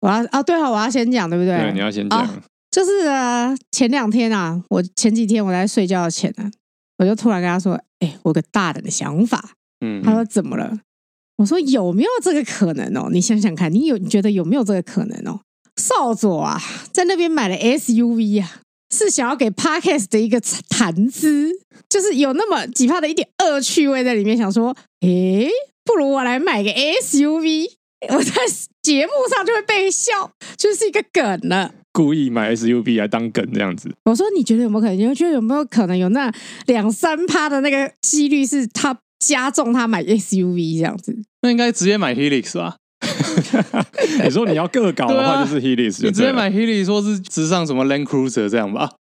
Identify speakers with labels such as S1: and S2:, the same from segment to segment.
S1: 我要啊，对啊，我要先讲，对不对？
S2: 对，你要先讲。
S1: 哦就是啊，前两天啊，我前几天我在睡觉前啊，我就突然跟他说：“哎、我有个大胆的想法。”
S2: 嗯，
S1: 他说：“怎么了？”我说：“有没有这个可能哦？你想想看，你有你觉得有没有这个可能哦？”少佐啊，在那边买了 SUV 啊，是想要给 Parkes 的一个谈资，就是有那么几帕的一点恶趣味在里面，想说：“诶，不如我来买个 SUV。”我在节目上就会被笑，就是一个梗了。
S2: 故意买 SUV 来当梗这 样子。
S1: 我说你觉得有没有可能？你会觉得有没有可能有那两三趴的那个几率是他加重他买 SUV 这样子？
S3: 那应该直接买 Helix 吧？
S2: 你说你要各搞的
S1: 啊
S2: 话，就是 Helix，就
S3: 你直接
S2: 对
S3: 啊
S2: 了
S3: 买 Helix，说是直上什么 Land Cruiser 这样吧？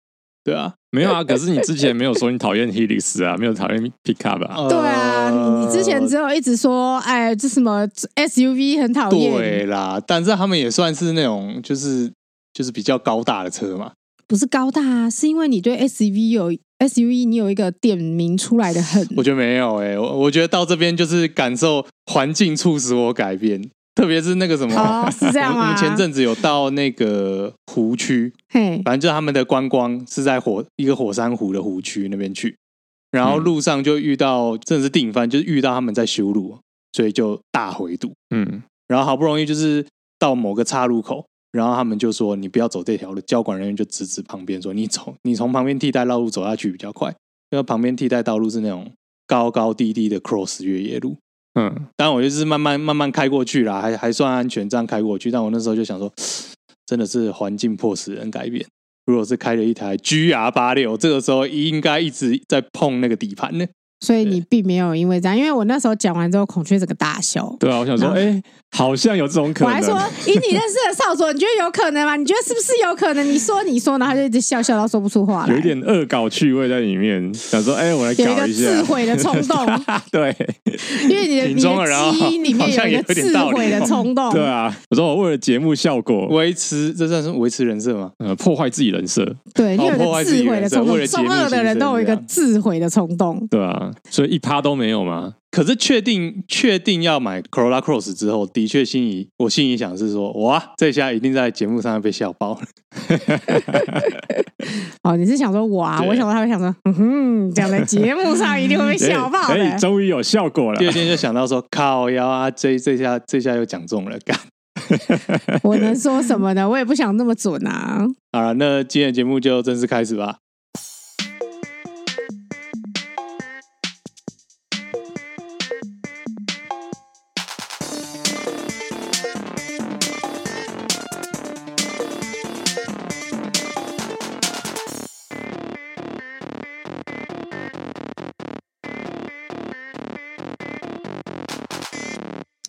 S3: 对啊，
S2: 没有啊？可是你之前没有说你讨厌 Helix 啊，没有讨厌 Pickup 啊。
S1: 对啊，你你之
S2: 呃
S1: 前只有一直说，哎，这什么 SUV 很讨
S3: 呃对
S1: 厌，
S3: 啦，但是他们也算是那种就是就是比较高大的车嘛。
S1: 不是高大、啊，是因为你对 SUV 有 SUV 你有一个点名出来的很。
S3: 我觉得没有诶、欸我我觉得到这边就是感受环境促使我改变，特别是那个什么，
S1: 哦，是这样
S3: 我
S1: 吗？
S3: 们前阵子有到那个湖区，
S1: 嘿，
S3: 反正就是他们的观光是在火一个火山湖的湖区那边去，然后路上就遇到真的是定番，就是遇到他们在修路，所以就大回堵。
S2: 嗯，
S3: 然后好不容易就是到某个岔路口，然后他们就说你不要走这条路，交管人员就指指旁边说你从你从旁边替代道路走下去比较快，因为旁边替代道路是那种高高低低的 cross 越野路。
S2: 嗯，
S3: 当然我就是慢慢慢慢开过去啦，还还算安全，这样开过去。但我那时候就想说， 真的是环境迫使人改变。如果是开了一台 GR 八六，这个时候应该一直在碰那个底盘呢。
S1: 所以你并没有因为这样，因为我那时候讲完之后，孔雀整个大笑。
S2: 对啊，我想说，哎，好像有这种可
S1: 我还说
S2: 能。，
S1: 以你认识的少佐，你觉得有可能吗？你觉得是不是有可能？你说，你说，然后他就一直笑笑到说不出话来，
S2: 有一点恶搞趣味在里面，想说，哎，我
S1: 有
S2: 来
S1: 一
S2: 搞
S1: 个
S2: 下
S1: 自。毁的冲动，
S2: 对，
S1: 因为你的你
S3: 挺中二的
S1: 的
S3: 哦
S1: 基因里面一个自毁的冲动。
S2: 对啊，我说我为了节目效果，
S3: 维持这算是维持人设吗？
S2: 呃，破坏自己人设，
S1: 对你有一个自毁的冲
S3: 好破
S1: 动，
S3: 坏自己人设
S1: 中二的人都有一个自毁的冲动。
S2: 对啊，所以一趴都没有嘛。
S3: 可是确定确定要买 Corolla Cross 之后，的确心里我心里想是说，哇，这下一定在节目上被笑爆了。
S1: 哦，你是想说我啊？
S2: 对
S1: 我想说他会想说，嗯哼，讲在节目上一定会被笑爆
S2: 哎哎
S1: 的。
S2: 终于有效果了
S3: 第。二天就想到说，靠腰啊，这这下这下又讲中了，干。
S1: 我能说什么呢？我也不想那么准啊。
S3: 好了，那今天的节目就正式开始吧。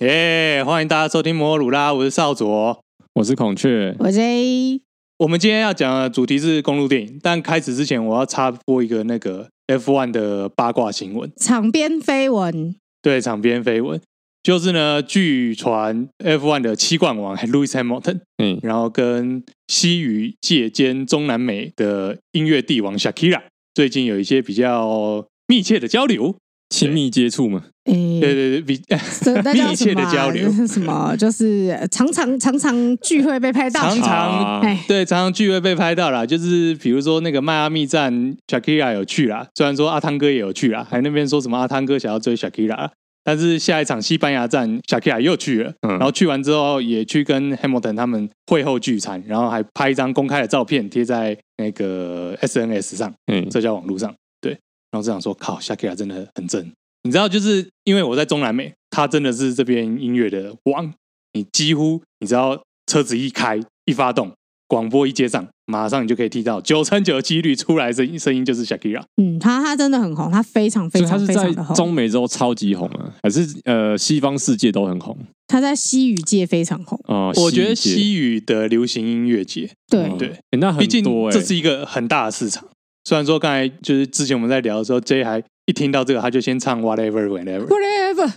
S3: 耶欢迎大家收听摩尔鲁拉，我是少佐。
S2: 我是孔雀，
S1: 我这
S3: 我们今天要讲的主题是公路电影，但开始之前我要插播一个那个 F1 的八卦新闻，
S1: 场边绯闻，
S3: 对场边绯闻，就是呢，据传 F1 的七冠王 Lewis Hamilton，
S2: 嗯
S3: 然后跟西语界兼中南美的音乐帝王 Shakira 最近有一些比较密切的交流，
S2: 亲密接触嘛，
S1: 哎，
S3: 对对对，比
S1: 这那叫
S3: 密
S1: 什
S3: 切
S1: 么、
S3: 的
S1: 啊？
S3: 交流
S1: 这 是什么？就是呃常常常常聚会被拍到，
S3: 常常
S2: 啊
S1: 哎，
S3: 对，常常聚会被拍到啦，就是比如说那个迈阿密站，Shakira 有去啦，虽然说阿汤哥也有去啦，还那边说什么阿汤哥想要追 Shakira，啦但是下一场西班牙站，Shakira 又去了，
S2: 嗯
S3: 然后去完之后也去跟 Hamilton 他们会后聚餐，然后还拍一张公开的照片贴在那个 SNS 上，
S2: 嗯，
S3: 社交网络上，对，然后就想说，靠，Shakira 真的很正，你知道，就是因为我在中南美，他真的是这边音乐的王，你几乎你只要车子一开一发动，广播一接上，马上你就可以听到九成九的几率出来的声音声音就是 Shakira，
S1: 嗯，他他真的很红，他非常非
S2: 所以他
S1: 常
S2: 是
S1: 非
S2: 在
S1: 常的红，
S2: 中美洲超级红啊，还是呃西方世界都很红
S1: 他在西语界非常红，
S2: 哦、
S3: 我觉得
S2: 西
S3: 西语的流行音乐节，
S1: 对，
S2: 哦
S3: 对
S2: 欸那很
S3: 毕竟
S2: 多哎、
S3: 这是一个很大的市场。虽然说刚才就是之前我们在聊的时候，J 还一听到这个他就先唱 Whatever Whenever，
S1: whatever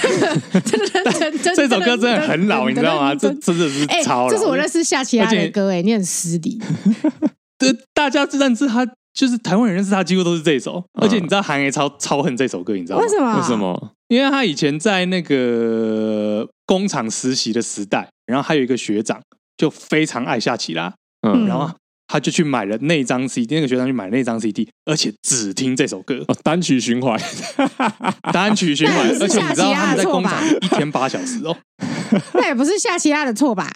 S1: whatever，
S3: 这首歌真的很老，你知道吗？这真的是
S1: 哎，
S3: 超老。
S1: 这是我认识夏奇拉
S3: 而且
S1: 的歌，哎，你很失礼，
S3: 对，大家认知他，就是台湾人认识他，几乎都是这一首。
S2: 嗯
S3: 而且你知道韩爷超超恨这首歌，你知道吗
S1: 为？什么？
S2: 为什？么？
S3: 因为他以前在那个工厂实习的时代，然后还有一个学长就非常爱下棋啦，
S2: 嗯，
S1: 嗯，
S3: 然后他就去买了那张 CD，那个学长去买那张 CD，而且只听这首歌
S2: 哦单曲循环，
S3: 单曲循环
S1: 那也，是
S3: 而且你知道他们在工
S1: 下
S3: 厂
S1: 棋
S3: 一天八小时哦，
S1: 那也哎不是夏奇拉的错 吧？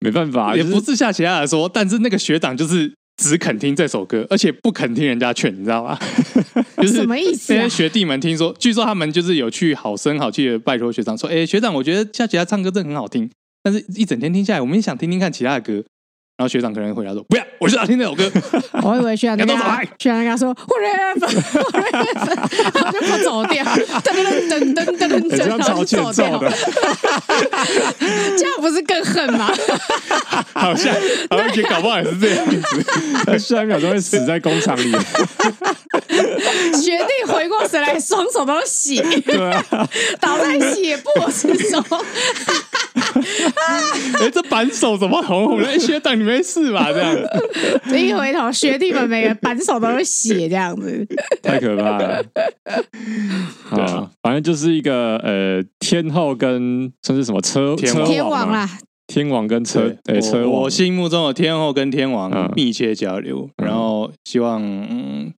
S2: 没办
S4: 啊
S2: 法，
S3: 也
S2: 就是
S3: 不是下棋来说，但是那个学长就是只肯听这首歌，而且不肯听人家劝，你知道吗？ 就是
S1: 什么意思啊
S3: 那些学弟们听说，据说他们就是有去好声好气的拜托学长说：“哎、学长，我觉得下棋他唱歌真的很好听，但是一整天听下来，我们也想听听看其他的歌。”然后学长可能回答说：“不要，我就想听那首歌。
S1: 我以为学长在跟
S3: 要动手
S1: 他
S3: 来
S1: 学长在跟他
S3: 哎
S1: 说 whatever，whatever，然后就不走掉，噔噔噔噔噔噔
S4: 欸这
S1: 噔，
S4: 样
S1: 然后
S4: 超
S1: 就
S4: 欠
S1: 走
S4: 揍
S1: 掉
S4: 的，，
S1: 这样不是更恨吗？”
S3: 好像好像也搞不好也是这样子。
S4: 下一秒钟会死在工厂里。
S1: 学弟回过神来，双手都血，
S4: 对啊，
S1: 倒在血泊之中。
S3: 哎、这扳手怎么红红的？哎、学长，你没事吧？这样
S1: 一回头，学弟们每个扳手都是血，这样 子。
S2: 太可怕 了。对
S3: 啊
S2: 反正就是一个呃天后跟甚至什么车
S3: 天
S2: 车
S3: 王
S1: 天王
S2: 啊
S1: 啦，
S2: 天王跟车对
S3: 对
S2: 车
S3: 我
S2: 王
S3: 我，心目中的天后跟天王
S2: 嗯
S3: 密切交流，
S2: 嗯
S3: 然后希望嗯，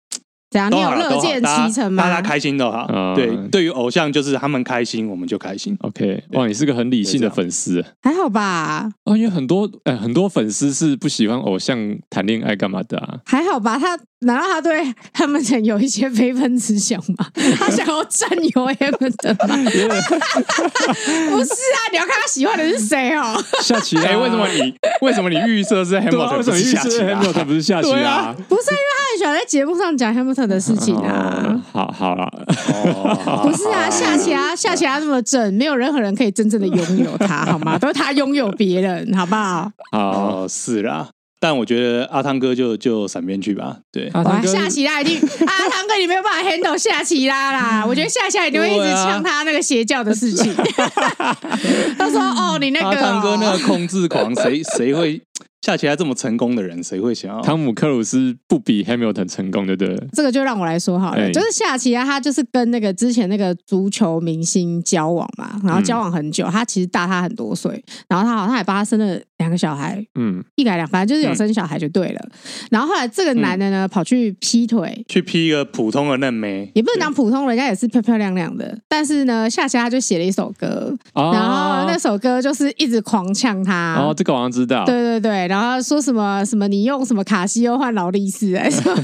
S1: 怎啊样？你
S3: 都
S1: 有
S3: 好了
S1: 乐
S3: 都好
S1: 见
S3: 大
S1: 其
S3: 家
S1: 成吗？
S3: 大家开心都好。
S2: 嗯
S3: 对，对于偶像就是他们开心，我们就开心。
S2: OK，哇，你是个很理性的粉丝啊
S1: 还好吧，
S2: 哦，因为很多呃很多粉丝是不喜欢偶像谈恋爱干嘛的啊，
S1: 还好吧。他难道他对他们有一些非分之想吗？ 他想要占有 M 的吗？ 不是啊，你要看他喜欢的是谁哦。
S4: 下棋啊
S3: 哎、为什么你为什么你预设
S4: 对
S3: 是
S4: 啊
S3: Hamilton
S4: 为什
S3: 不
S4: 么
S3: 是
S4: 预
S3: 下
S4: 测
S3: 棋啊？
S4: Hamilton 不是下棋
S3: 对
S4: 啊
S3: 啊？
S1: 不是啊，因为他很喜欢在节目上讲 Hamilton 的事情
S2: 哦
S1: 啊。
S2: 好好啦，
S3: 哦
S1: 不是啊，下棋啊，下棋啊，这么正，没有任何人可以真正的拥有他，好吗？都是他拥有别人，好不好？
S2: 好，
S3: 哦是啦，但我觉得阿汤哥就就闪边去吧。对，
S2: 阿
S1: 哇，
S2: 汤哥
S1: 下棋啦，一定 啊，堂哥，你没有办法 handle 下棋啦啦！我觉得下棋啦一定会一直
S3: 嗯对啊
S1: 呛他那个邪教的事情。 他说：“哦，你那个
S3: 阿
S1: 哦
S3: 汤啊哥那个控制狂，谁谁会下棋还这么成功的人，谁会想要？
S2: 汤姆克鲁斯不比 Hamilton 成功，对不对？
S1: 这个就让我来说好了，
S2: 哎
S1: 就是夏奇啊，他就是跟那个之前那个足球明星交往嘛，然后
S3: 嗯
S1: 交往很久，他其实大他很多岁，然后他好像还帮他生了两个小孩，
S2: 嗯，
S1: 一改两，反正就是有生小孩就对了。
S3: 嗯
S1: 然后后来这个男的呢，跑去劈腿。
S3: 去劈一个普通的嫩妹，
S1: 也不能讲普通，人家也是漂漂亮亮的。但是呢，夏奇他就写了一首歌，然后那
S2: 哦，
S1: 首歌就是一直狂呛他。
S2: 哦，这个我好像知道，
S1: 对对对，然后说什么什么你用什么卡西欧换劳力士， 哎，什么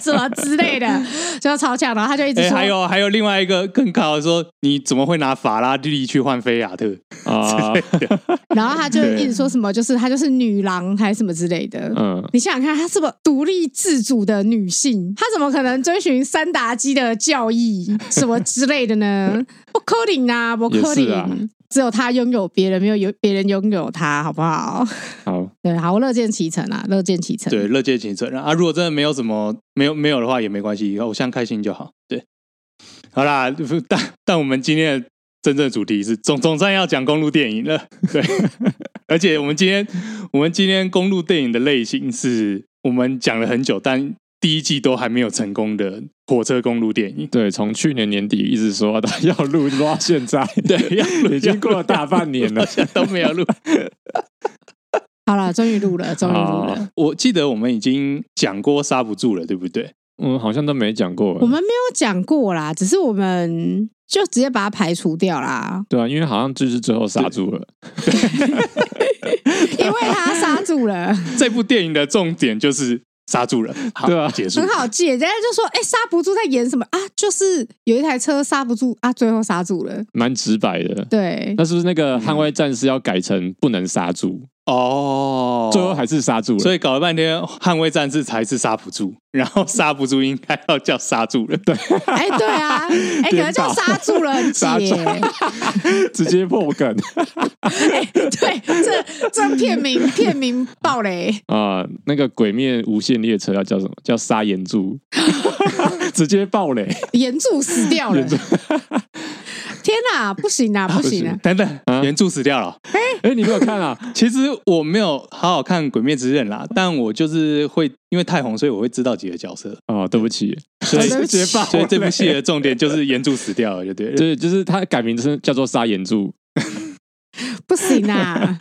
S1: 什么之类的，就超呛，然后他就一直
S3: 哎、
S1: 说，
S3: 还有还有另外一个更高的说，你怎么会拿法拉利去换菲亚特？
S2: 啊，
S1: 然后他就一直说什么，就是她就是女郎还是什么之类的。
S2: 嗯，
S1: 你想想看，她这么独立自主的女性，她怎么可能遵循三达基的教义什么之类的 呢？不可能啊，不可
S2: 也是啊
S1: 能！只有她拥有别人，没有有别人拥有她，好不好？
S2: 好，
S1: 对，好，乐见其成啊，乐见其成。
S3: 对，乐见其成啊！如果真的没有什么没有没有的话也没关系，偶像开心就好。对，好啦，但但我们今天的真正主题是总总算要讲公路电影了，对，而且我们今天我们今天公路电影的类型是我们讲了很久，但第一季都还没有成功的火车公路电影。
S2: 对，从去年年底一直说到要录录到现在，
S3: 对，要录
S4: 已经过了大半年了
S3: 到现在都没有录。
S1: 好了，终于录了，终于录
S2: 好
S1: 了。
S3: 我记得我们已经讲过刹不住了，对不对？
S2: 我们嗯好像都没讲过，
S1: 我们没有讲过啦，只是我们就直接把它排除掉啦，
S2: 对啊，因为好像就是最后刹住了，
S1: 因为它刹住了。
S3: 这部电影的重点就是刹住了，好
S2: 对啊
S3: 结束
S1: 很。好记，人家就说：“哎、刹不住，在演什么啊？就是有一台车刹不住啊，最后刹住了。
S2: 蛮直白的”。
S1: 对，
S2: 那是不是那个
S3: 嗯
S2: 《捍卫战士》要改成不能刹住，
S3: 哦，
S2: 最后还是刹住了？
S3: 所
S2: 以
S3: 以搞了半天，捍卫战士才是刹不住，然后刹不住应该要叫刹住了。对，
S1: 哎、对啊，哎、可能
S2: 颠
S1: 就
S2: 倒
S1: 刹住了，很
S2: 刹
S1: 解
S2: 住。直接破梗
S1: 对，这这片名片名爆雷，
S2: 啊！那个《鬼灭无限列车》要叫什么？叫刹岩柱，直接爆雷。
S1: 岩柱死掉了
S2: 岩柱。
S1: 天哪，不行啊，不行啊！
S3: 等等，
S2: 啊
S3: 原著死掉了。
S4: 哎，你没有看 啊？
S3: 其实我没有好好看《鬼灭之刃》啦，但我就是会因为太红，所以我会知道几个角色。
S2: 哦，对不起，
S3: 所以
S1: 对不起
S3: 所以所以这部戏的重点就是岩柱死掉了，就对了。
S2: 对，就是他改名是叫做沙岩柱，
S1: 不行 啊！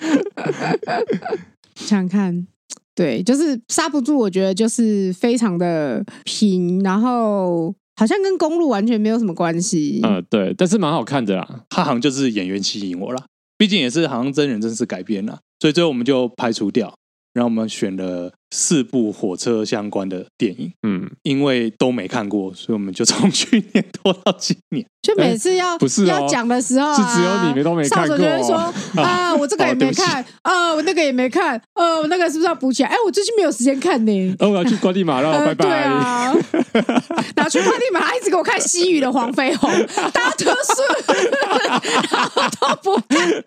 S1: 想想看，对，就是刹不住，我觉得就是非常的平，然后好像跟公路完全没有什么关系。
S2: 嗯，对，但是蛮好看的啦，
S3: 他好像就是演员吸引我啦，毕竟也是好像真人真事改编啦，所以最后我们就排除掉，然后我们选了四部火车相关的电影，
S2: 嗯，
S3: 因为都没看过，所以我们就从去年拖到今年。
S1: 就
S4: 哎
S1: 每次要、
S2: 不是哦
S1: 要讲的时候、啊，
S4: 是只有你们都没看过哦
S1: 上手就会说啊，我这个也没看，啊，我那个也没看，呃，我那个是不是要补起来？哎，我最近没有时间看呢。
S4: 哦，我要去瓜地 马拉，
S1: 呃，
S4: 拜
S1: 对
S4: 拜。
S1: 啊，拿去快递买，他一直给我看西语的黄飞鸿，大家都是，然后都不看。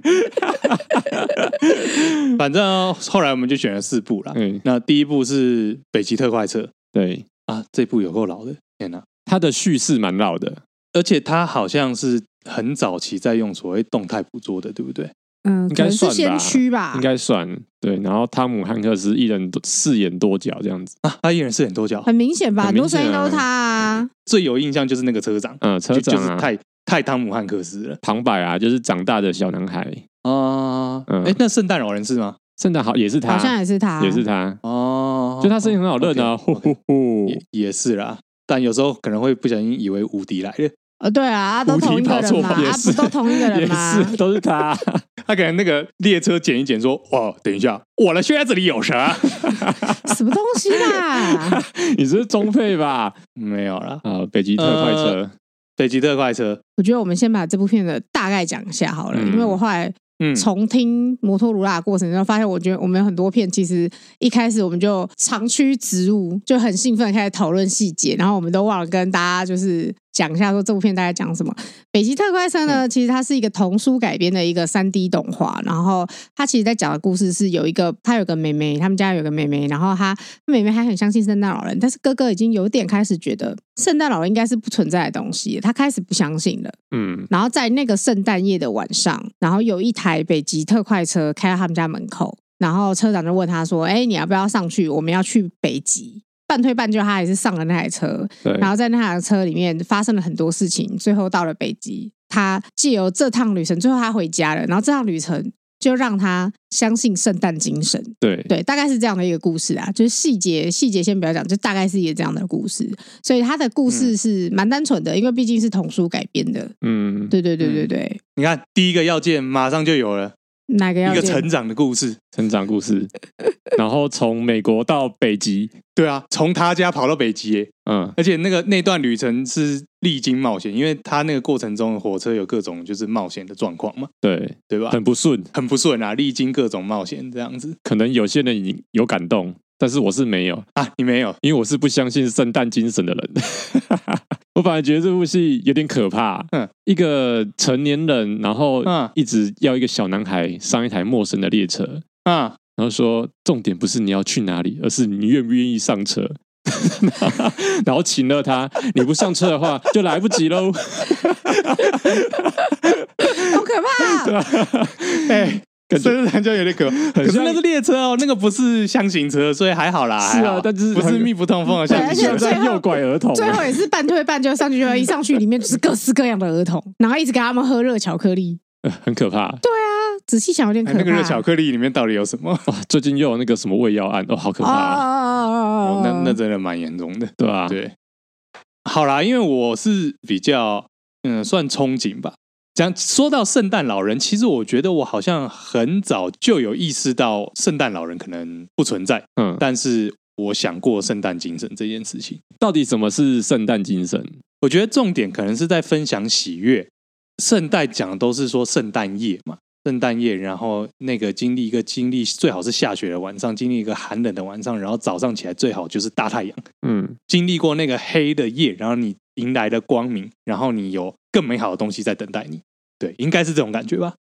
S3: 反正后来我们就选了四部啦。
S2: 嗯
S3: 那第一部是《北极特快车》
S2: 对，
S3: 啊，这部有够老的，天哪！
S2: 他的叙事蛮老的，
S3: 而且它好像是很早期在用所谓动态捕捉的，对不对？
S1: 嗯，
S2: 应
S1: 可
S2: 该
S1: 能是
S2: 算吧
S1: 先驱吧
S2: 应。该算对。然后汤姆汉克斯一人多饰演多角这样子，
S3: 啊，他一人饰演多角，
S1: 很明显吧，
S2: 很
S1: 很
S2: 明
S1: 多
S2: 显
S1: 声音
S2: 啊
S1: 都是他啊。
S3: 最有印象就是那个车长，
S2: 嗯，车
S3: 就就
S2: 长
S3: 是
S2: 啊，
S3: 太太汤姆汉克斯了
S2: 旁白啊，就是长大的小男孩，
S3: 啊。
S2: 嗯
S3: 哎，那圣诞老人是吗？
S2: 圣诞好也是他，
S1: 好像也是他，
S2: 也是他，
S3: 哦，
S2: 就他声音很好认啊，
S3: OK，
S2: 呼呼呼，
S3: 也也是啦，但有时候可能会不小心以为无敌来了，
S1: 呃，对啊，都
S2: 无题
S1: 同一个
S2: 跑
S1: 人
S2: 错
S1: 嘛，
S2: 也
S1: 啊，不
S2: 是
S1: 都同一个
S2: 也
S1: 人吗？
S2: 是都是他，
S3: 他可能那个列车剪一剪说，哇，等一下，我的靴子里有啥？
S1: 什么东西啦？
S2: 你是中配吧？
S3: 没有啦，
S2: 啊，北极特快车，
S3: 北极特快车，
S1: 我觉得我们先把这部片的大概讲一下好了，
S2: 嗯
S1: 因为我后来
S3: 嗯，
S1: 重听《摩托罗拉》的过程中，发现我觉得我们有很多片其实一开始我们就长驱直入，就很兴奋地开始讨论细节，然后我们都忘了跟大家就是讲一下说这部片大概讲什么。《北极特快车》呢，其实它是一个童书改编的一个三 D 动画，然后它其实在讲的故事是有一个他有个妹妹，他们家有个妹妹，然后她妹妹还很相信圣诞老人，但是哥哥已经有点开始觉得圣诞老人应该是不存在的东西，他开始不相信了。
S2: 嗯，
S1: 然后在那个圣诞夜的晚上，然后有一台北极特快车开到他们家门口，然后车长就问他说：“哎，你要不要上去？我们要去北极。”半推半就，他还是上了那台车，
S2: 对，
S1: 然后在那台车里面发生了很多事情，最后到了北极。他借由这趟旅程，最后他回家了，然后这趟旅程就让他相信圣诞精神。
S2: 对，
S1: 对，大概是这样的一个故事啊，就是细节细节先不要讲，就大概是一个这样的故事。所以他的故
S3: 嗯
S1: 事是蛮单纯的，因为毕竟是童书改编的。
S2: 嗯，
S1: 对对对对
S3: 嗯
S1: 对，
S3: 你看第一个要件马上就有了，
S1: 哪个要
S3: 一个
S1: 先
S3: 成长的故事。
S2: 成长故事，然后从美国到北极，
S3: 对啊，从他家跑到北极耶，
S2: 嗯，
S3: 而且那个那段旅程是历经冒险，因为他那个过程中火车有各种就是冒险的状况嘛，
S2: 对，
S3: 对吧？
S2: 很不顺，
S3: 很不顺啊，历经各种冒险这样子
S2: 可能有些人已经有感动，但是我是没有，
S3: 啊，你没有，
S2: 因为我是不相信圣诞精神的人。 我反而觉得这部戏有点可怕，
S3: 嗯
S2: 一个成年人，然后
S3: 嗯
S2: 一直要一个小男孩上一台陌生的列车，
S3: 啊，
S2: 然后说重点不是你要去哪里，而是你愿不愿意上车。 然后请了他，你不上车的话就来不及喽。
S1: 好可 怕、
S3: 啊
S1: 啊
S3: 哎、
S2: 感觉
S3: 真的就有点可，可是
S2: 像
S3: 那是列车哦，那个不是箱型车，所以还好啦。
S2: 是啊
S3: 还好
S2: 但就是
S3: 不
S2: 很
S3: 是密不通风的
S1: 对
S3: 箱
S1: 而
S3: 型
S1: 且
S2: 像
S3: 车。哎
S1: 最
S2: 在
S1: 后
S2: 诱拐儿童，
S1: 最后也是半推半就上去，就一上去里面就是各式各样的儿童，然后一直给他们喝热巧克力。啊
S2: 很可怕。
S1: 仔细想有点可
S3: 哎
S1: 怕。
S3: 那个热巧克力里面到底有什么？
S2: 哇，最近又有那个什么胃药案，哦，好可
S1: 哦
S2: 怕、啊，
S1: 哦
S3: 哦
S1: 哦哦哦，
S3: 那那真的蛮严重的。
S2: 对吧、
S3: 对，好啦，因为我是比较嗯，算憧憬吧。讲说到圣诞老人，其实我觉得我好像很早就有意识到圣诞老人可能不存在，
S2: 嗯，
S3: 但是我想过圣诞精神这件事情。
S2: 到底什么是圣诞精神？
S3: 我觉得重点可能是在分享喜悦。圣诞讲的都是说圣诞夜嘛，圣诞夜，然后那个经历一个经历，最好是下雪的晚上，经历一个寒冷的晚上，然后早上起来最好就是大太阳，
S2: 嗯，
S3: 经历过那个黑的夜，然后你迎来了光明，然后你有更美好的东西在等待你。对，应该是这种感觉吧？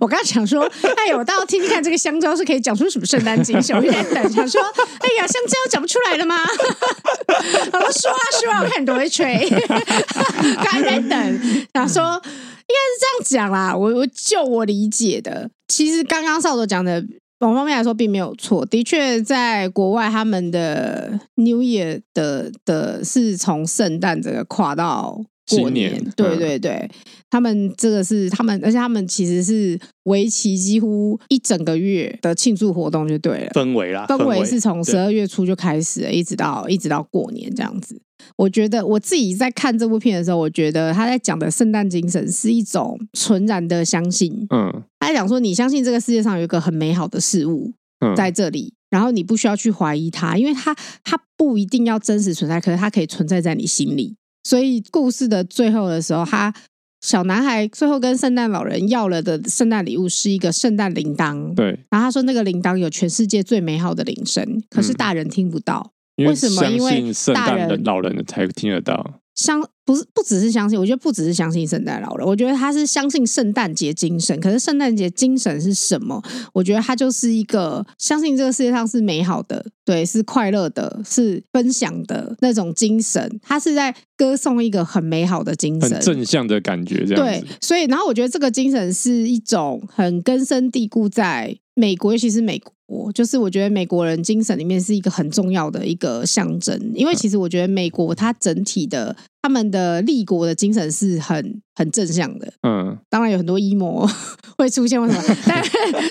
S1: 我刚刚想说，哎，我倒要听听看这个香蕉是可以讲出什么圣诞精神。我就在等，想说，哎呀，香蕉讲不出来了吗？ 我说说啊说啊，我看你都会吹。刚才在等，想说是这样讲啦，我我就我理解的，其实刚刚少佐讲的，某方面来说并没有错。的确，在国外他们的 New Year 的的是从圣诞这个跨到过
S2: 新年
S1: 对
S2: 嗯
S1: 对对，他们这个是他们，而且他们其实是为期几乎一整个月的庆祝活动就对了。
S3: 氛围啦，
S1: 氛围是从
S3: 对
S1: 十二月初就开始了，一直到一直到过年这样子。我觉得我自己在看这部片的时候，我觉得他在讲的圣诞精神是一种纯然的相信。
S2: 嗯
S1: 他在讲说，你相信这个世界上有一个很美好的事物
S2: 嗯，
S1: 在这里，然后你不需要去怀疑它，因为它它不一定要真实存在，可是它可以存在在你心里。所以故事的最后的时候，他小男孩最后跟圣诞老人要了的圣诞礼物是一个圣诞铃铛。
S2: 对，
S1: 然后他说那个铃铛有全世界最美好的铃声，可是大人听不到。
S2: 因为
S1: 为什么
S2: 相
S1: 因为
S2: 信圣
S1: 大
S2: 诞的
S1: 人
S2: 老人才听得到，
S1: 相不是不只是相信，我觉得不只是相信圣诞老人，我觉得他是相信圣诞节精神。可是圣诞节精神是什么？我觉得他就是一个相信这个世界上是美好的，对，是快乐的，是分享的那种精神。他是在歌颂一个很美好的精
S2: 很
S1: 神，
S2: 正向的感觉，这样
S1: 对
S2: 子，，
S1: 所以然后我觉得这个精神是一种很根深蒂固在美国，尤其是美国，就是我觉得美国人精神里面是一个很重要的一个象征。因为
S2: 嗯
S1: 其实我觉得美国它整体的他们的立国的精神是很很正向的，
S2: 嗯，
S1: 当然有很多 emo 会出现，为什么？但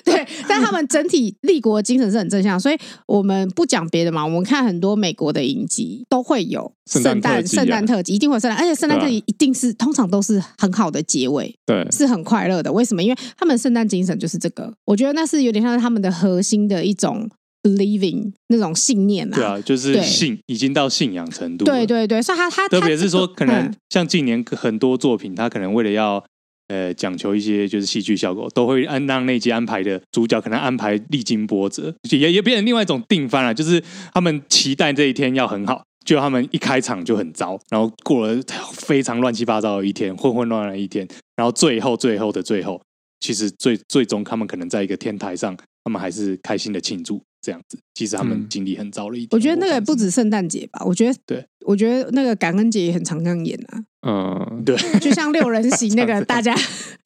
S1: 对，但他们整体立国精神是很正向，所以我们不讲别的嘛，我们看很多美国的影集都会有
S2: 圣诞特辑啊
S1: 圣诞特辑一定会有圣诞，而且圣诞
S2: 对啊
S1: 特辑一定是、通常都是很好的结尾，
S2: 对，
S1: 是很快乐的。为什么？因为他们圣诞精神就是这个，我觉得那是有点像是他们的核心的一种 believing 那种信念
S3: 对
S1: 啊。
S3: 啊，就是
S1: 对
S3: 信已经到信仰程度了，
S1: 对对对，所以他 他
S3: 特
S1: 他
S3: 别是说，
S1: 这个
S3: 可能
S1: 嗯
S3: 像近年很多作品，它可能为了要呃讲求一些就是戏剧效果，都会按让那集安排的主角可能安排历经波折，也也变成另外一种定番了，就是他们期待这一天要很好。就他们一开场就很糟，然后过了非常乱七八糟的一天，混混乱乱的一天，然后最后最后的最后，其实最最终他们可能在一个天台上，他们还是开心的庆祝这样子。其实他们
S2: 嗯
S3: 经历很糟了一天。
S1: 我觉得那个也不
S3: 看是
S1: 止圣诞节吧，我觉得
S3: 对，
S1: 我觉得那个感恩节也很常这样演啊，
S2: 嗯，
S3: 对，
S1: 就像六人行 那个，大家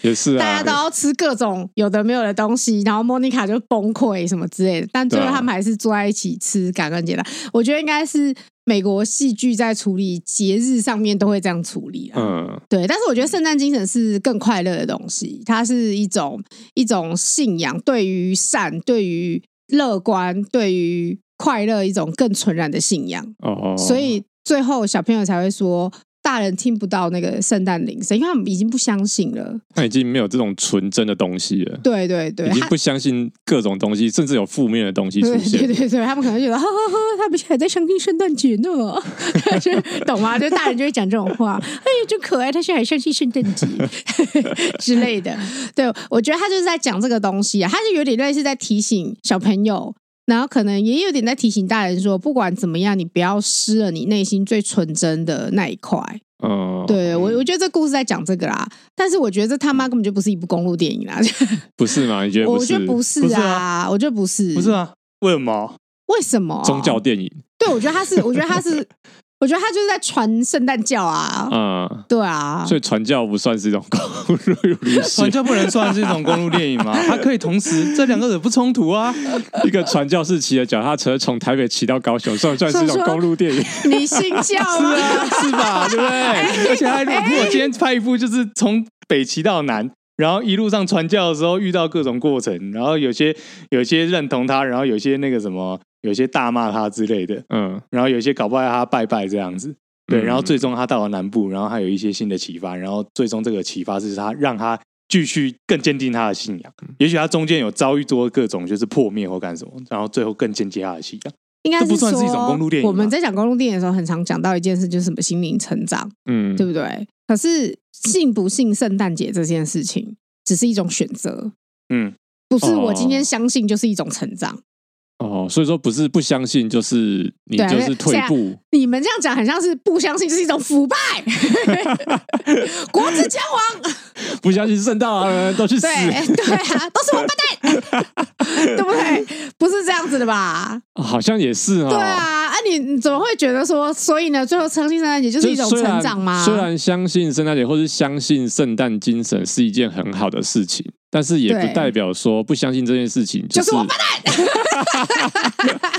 S2: 也是
S1: 大家
S2: 啊
S1: 都，要吃各种有的没有的东西，然后莫妮卡就崩溃什么之类的，但最后
S2: 对啊
S1: 他们还是坐在一起吃感恩节的。我觉得应该是美国戏剧在处理节日上面都会这样处理啊。
S2: 嗯，
S1: 对，但是我觉得圣诞精神是更快乐的东西，它是一种一种信仰，对于善、对于乐观、对于快乐一种更纯然的信仰。
S2: 哦，
S1: 所以最后小朋友才会说，大人听不到那个圣诞铃声，因为他们已经不相信了。
S2: 他已经没有这种纯真的东西了。
S1: 对对对，
S2: 已经
S1: 他
S2: 不相信各种东西，甚至有负面的东西 出
S1: 对
S2: 现。
S1: 对对对，他们可能觉得，呵呵呵，他们还在相信圣诞节呢， 就是懂吗？就大人就会讲这种话，哎呀，真可爱，他现在还相信圣诞 节之类的。对，我觉得他就是在讲这个东西啊，他就有点类似在提醒小朋友。然后可能也有点在提醒大人说，不管怎么样，你不要失了你内心最纯真的那一块。
S3: 哦
S2: 嗯，
S1: 对我，我觉得这故事在讲这个啦。但是我觉得这他妈根本就不是一部公路电影啦，
S2: 不是吗？你觉 得
S1: 我
S2: 不
S1: 觉
S2: 是
S1: 得？不是
S3: 嗯不是
S1: 啊，
S3: 啊
S1: 我觉得不是，
S3: 不是啊？为什么？
S1: 为什么啊
S2: 宗教电影
S1: 对，我觉得他是，我觉得他是，我觉得他就是在传圣诞教啊，
S2: 啊，
S1: 对啊，
S2: 所以传教不算是一种 公路旅
S3: 传
S2: 行，
S3: 教哦不能算是一种公路电影 吗？它可以同时，这两个也不冲突啊。
S2: 一个传教士骑着脚踏车从台北骑到高雄，算不算是一种公路 电影？
S1: 你信教哎
S3: 是
S1: 吗？
S3: 啊，是吧？ 对不哎对？而且他如果今天拍一部，就是从北骑到南，然后一路上传教的时候遇到各种过程，然后有些有些认同他，然后有些那个什么，有些大骂他之类的，
S2: 嗯，
S3: 然后有些搞不好他拜拜这样子。对，
S2: 嗯
S3: 然后最终他到了南部，然后他有一些新的启发，然后最终这个启发是他让他继续更坚定他的信仰。也许他中间有遭遇多各种就是破灭或干什么，然后最后更坚定他的信仰。
S1: 应该
S3: 这不
S1: 说
S3: 算是一种公路电影吗
S1: 我们在讲公路电影的时候，很常讲到一件事，就是什么心灵成长，
S2: 嗯，
S1: 对不对？可是信不信圣诞节这件事情，只是一种选择，
S3: 嗯，
S1: 不是我今天
S2: 哦
S1: 相信就是一种成长。
S2: 哦，所以说不是不相信，就是你
S1: 对啊
S2: 就是退步，
S1: 你们这样讲，很像是不相信是一种腐 败，国之将亡。
S2: 不相信圣诞老人都去死
S1: 对对啊，都是王八 蛋，对不对？不是这样子的吧？
S2: 好像也是哦
S1: 对啊，啊，你你怎么会觉得说，所以呢，最后相信圣诞节就是一种
S2: 虽然
S1: 成长吗？
S2: 虽然相信圣诞节或是相信圣诞精神是一件很好的事情，但是也
S1: 对
S2: 不代表说不相信这件事情
S1: 就是是我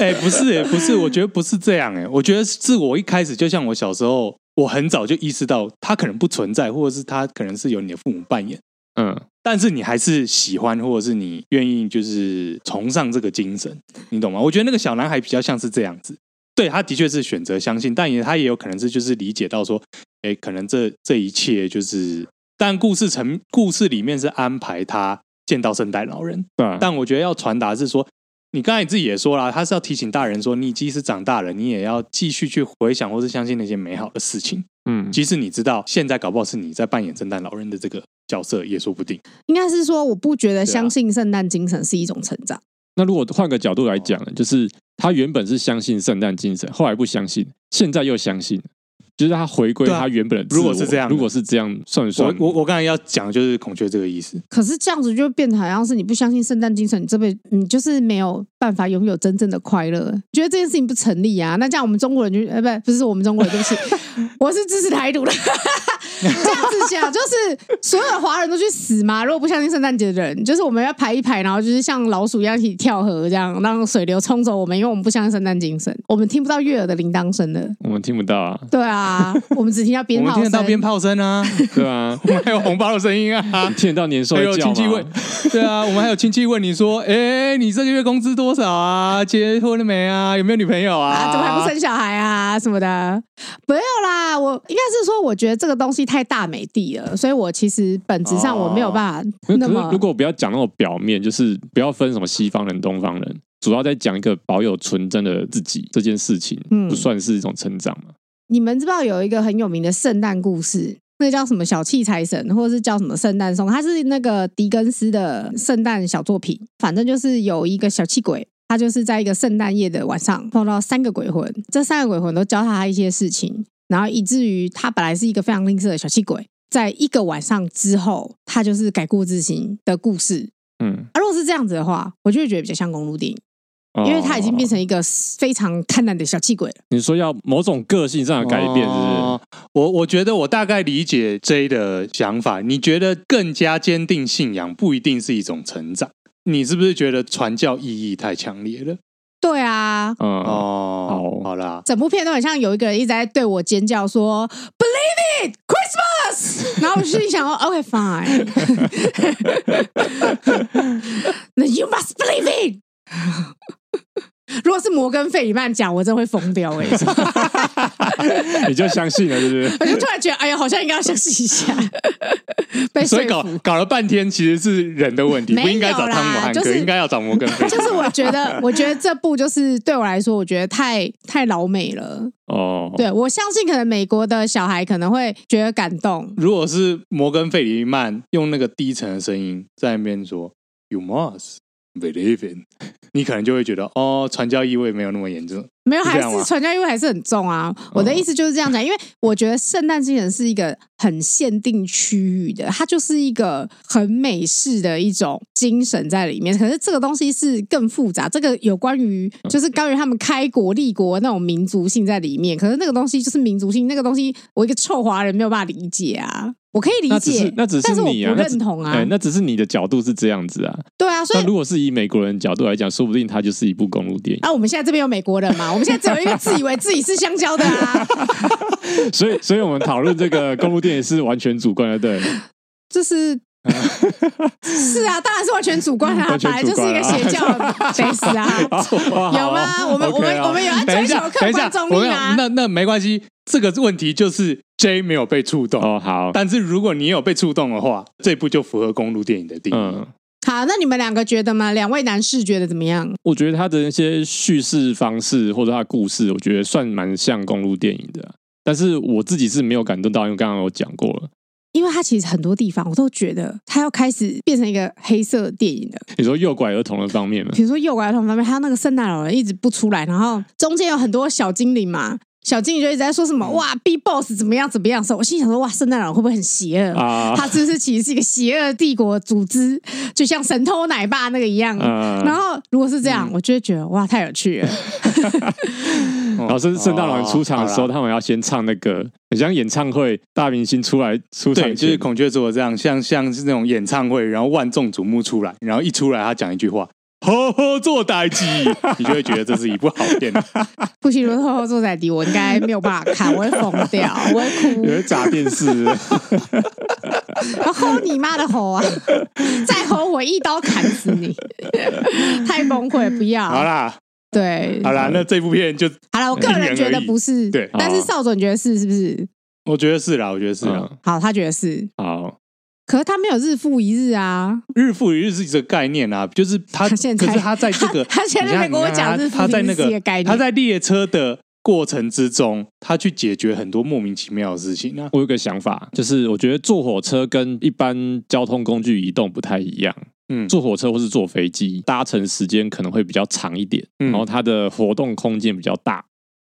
S3: 哎、不是、哎，不是，我觉得不是这样、哎，我觉得是我一开始就像我小时候，我很早就意识到它可能不存在，或者是它可能是由你的父母扮演，
S2: 嗯，
S3: 但是你还是喜欢，或者是你愿意就是崇尚这个精神，你懂吗？我觉得那个小男孩比较像是这样子，对他的确是选择相信，但也他也有可能是就是理解到说，哎，可能这这一切就是，但故事成故事里面是安排他见到圣诞老人，
S2: 对啊，
S3: 但我觉得要传达是说，你刚才自己也说了，他是要提醒大人说，你即使长大了，你也要继续去回想或是相信那些美好的事情，
S2: 嗯，
S3: 即使你知道现在搞不好是你在扮演圣诞老人的这个角色，也说不定。
S1: 应该是说，我不觉
S2: 啊
S1: 得相信圣诞精神是一种成长。
S2: 那如果换个角度来讲呢，就是他原本是相信圣诞精神，后来不相信，现在又相信，就是他回归
S3: 对啊
S2: 他原本的自我。
S3: 如果是这样
S2: 如果是这样，算不
S3: 我
S2: 算？
S3: 我我刚才要讲的就是孔雀这个意思，
S1: 可是这样子就变得好像是你不相信圣诞精神，你这辈你就是没有办法拥有真正的快乐。觉得这件事情不成立啊？那这样我们中国人就呃不不是我们中国人，对不起， 我是支持台独的。这样子讲啊就是所有的华人都去死嘛？如果不相信圣诞节的人，就是我们要排一排，然后就是像老鼠一样一起跳河，这样让水流冲走我们，因为我们不相信圣诞精神，我们听不到悦耳的铃铛声的。
S2: 我们听不到啊，
S1: 对啊，我们只听到鞭
S3: 我们
S1: 炮
S3: 听得到
S1: 声。
S3: 鞭炮声 啊，
S2: 对啊，。
S3: 我们还有红包的声音 啊
S2: 听得到年兽
S3: 还
S2: 在
S3: 有
S2: 叫
S3: 亲戚
S2: 吗
S3: 问？，对啊，我们还有亲戚问你说，哎、你这个月工资多少啊？结婚了没啊？有没有女朋友啊？
S1: 啊，怎么还不生小孩啊什么的？没有啦，我应该是说，我觉得这个东西太大美的了，所以我其实本质上我没有办法
S2: 哦可是
S1: 那么。
S2: 如果不要讲那种表面，就是不要分什么西方人、东方人，主要在讲一个保有纯真的自己这件事情，
S1: 嗯
S2: 不算是一种成长嘛？
S1: 你们知道有一个很有名的圣诞故事，那个叫什么小气财神，或者是叫什么圣诞颂，它是那个狄更斯的圣诞小作品。反正就是有一个小气鬼，他就是在一个圣诞夜的晚上碰到三个鬼魂，这三个鬼魂都教他一些事情，然后以至于他本来是一个非常吝啬的小气鬼，在一个晚上之后，他就是改过自新的故事。
S2: 嗯，
S1: 啊，如果是这样子的话，我就会觉得比较像公路电影，因为他已经变
S2: 哦
S1: 成一个非常贪婪的小气鬼了。
S2: 你说要某种个性上的改变，是不是？
S3: 哦我我觉得我大概理解 J 的想法。你觉得更加坚定信仰不一定是一种成长，你是不是觉得传教意义太强烈了？
S1: 对啊，
S2: 嗯，
S3: 哦，
S2: 好
S3: 好啦，
S1: 整部片都很像有一个人一直在对我尖叫说 “Believe it, Christmas”，然后我心里想说 “OK, fine, Then you must believe it”。如果是摩根费里曼讲，我真会疯掉哎、欸！
S2: 你就相信了，是不 是？
S1: 我就突然觉得，哎呀，好像应该要相信一 下，被
S3: 所以
S1: 说
S3: 搞
S1: 服
S3: 搞了半天，其实是人的问题，
S1: 没有
S3: 不应该找
S1: 啦
S3: 汤姆汉克，
S1: 就是
S3: 应该要找摩根 菲。
S1: 就是我觉得，我觉得这部就是对我来说，我觉得太太老美了。
S2: 哦，
S1: 对啊我相信，可能美国的小孩可能会觉得感动。
S3: 如果是摩根费里曼用那个低沉的声音在那边说 “You must believe in”，你可能就会觉得哦，传教意味没有那么严重。
S1: 没有，
S3: 是
S1: 还
S3: 这样
S1: 是
S3: 吗
S1: 传教意味还是很重啊。我
S2: 哦
S1: 的意思就是这样讲，因为我觉得圣诞精神是一个很限定区域的，它就是一个很美式的一种精神在里面。可是这个东西是更复杂，这个有关于
S2: 嗯
S1: 就是关于他们开国立国那种民族性在里面。可是那个东西就是民族性，那个东西我一个臭华人没有办法理解啊。我可以理
S2: 那只
S1: 解
S2: 是，那只
S1: 但是我
S2: 你啊，
S1: 不
S2: 那只
S1: 认同啊
S2: 哎，。那只是你的角度是这样子啊。
S1: 对啊，所以
S2: 那如果是以美国人的角度来讲，说不定它就是一部公路电影。
S1: 啊，我们现在这边有美国人嘛，我们现在只有一个自以为自己是香蕉的啊。
S2: 所以，所以我们讨论这个公路电影是完全主观的，对，
S1: 这是。
S3: 嗯
S1: 是啊，当然是完全主观啊，
S2: 完
S1: 本
S2: 全
S1: 来
S2: 主
S1: 就是一
S2: 观
S1: 个
S2: 啊
S1: 邪教 的 base
S3: 哦
S1: 啊，有吗？我们我们我们有 要
S3: 等
S1: 追
S3: 一
S1: 求
S3: 下，啊等
S1: 客
S3: 一下
S1: 观，中
S3: 我跟
S1: 立
S3: 你
S1: 啊
S3: 讲，。那那没关系，这个问题就是 J 没有被触动。
S2: 哦，好，
S3: 但是如果你有被触动的话，这部就符合公路电影的定义。
S2: 嗯，
S1: 好，那你们两个觉得吗？两位男士觉得怎么样？
S2: 我觉得它的那些叙事方式或者它的故事，我觉得算蛮像公路电影的啊。但是我自己是没有感动到，因为刚刚有讲过了。
S1: 因为他其实很多地方我都觉得他要开始变成一个黑色电影了，
S2: 你说诱拐儿童的 方面嘛，
S1: 比如说诱拐儿童方面，还有那个圣诞老人一直不出来，然后中间有很多小精灵嘛，小经理就一直在说什
S3: 嗯
S1: 么哇，B Boss 怎么样怎么样的时候，我心想说哇，圣诞老人会不会很邪恶？
S2: 啊，
S1: 他是不是其实是一个邪恶帝国组织，就像神偷奶爸那个一样？
S2: 嗯
S1: 然后如果是这样，我就会觉得哇，太有趣了。
S2: 然
S3: 然
S2: 后圣圣诞
S3: 哦
S2: 老人出场的时候，
S3: 他
S2: 他们要先唱那个，很像演唱会大明星出来出场
S3: 对，
S2: 前，
S3: 就是孔雀做的这样，像像是那种演唱会，然后万众瞩目出来，然后一出来他讲一句话。呵呵，做 代机，你就会觉得这是一部好 电影。
S1: 不行，如果偷偷坐在底，我应该没有办法看，我会疯掉，我会哭
S2: 有，人砸电 视，
S1: 然后吼你妈的吼啊！再吼我一刀砍死你！太崩溃，不要。
S3: 好啦，
S1: 对，
S3: 好
S2: 嗯
S3: 啦，那这部片就
S1: 好了，我个人觉得不是，
S3: 对
S1: 但是邵总觉得是，是不是？
S3: 我觉得是啦，我觉得是啊啦。
S2: 嗯
S1: 好，他觉得是，
S2: 好，
S1: 可是他没有日复一日啊。
S3: 日复一日是一个概念啊，就是他，
S1: 他现在
S3: 可是他在这个，
S1: 他他现在
S3: 你看
S1: 跟我讲
S3: 你
S1: 日
S3: 看
S1: 复
S3: 他
S1: 一日
S3: 他在那
S1: 是一个
S3: 个
S1: 概念
S3: 他在列车的过程之中，他去解决很多莫名其妙的事情啊。
S2: 我有个想法，就是我觉得坐火车跟一般交通工具移动不太一样。
S3: 嗯，
S2: 坐火车或是坐飞机，搭乘时间可能会比较长一点，
S3: 嗯
S2: 然后它的活动空间比较大，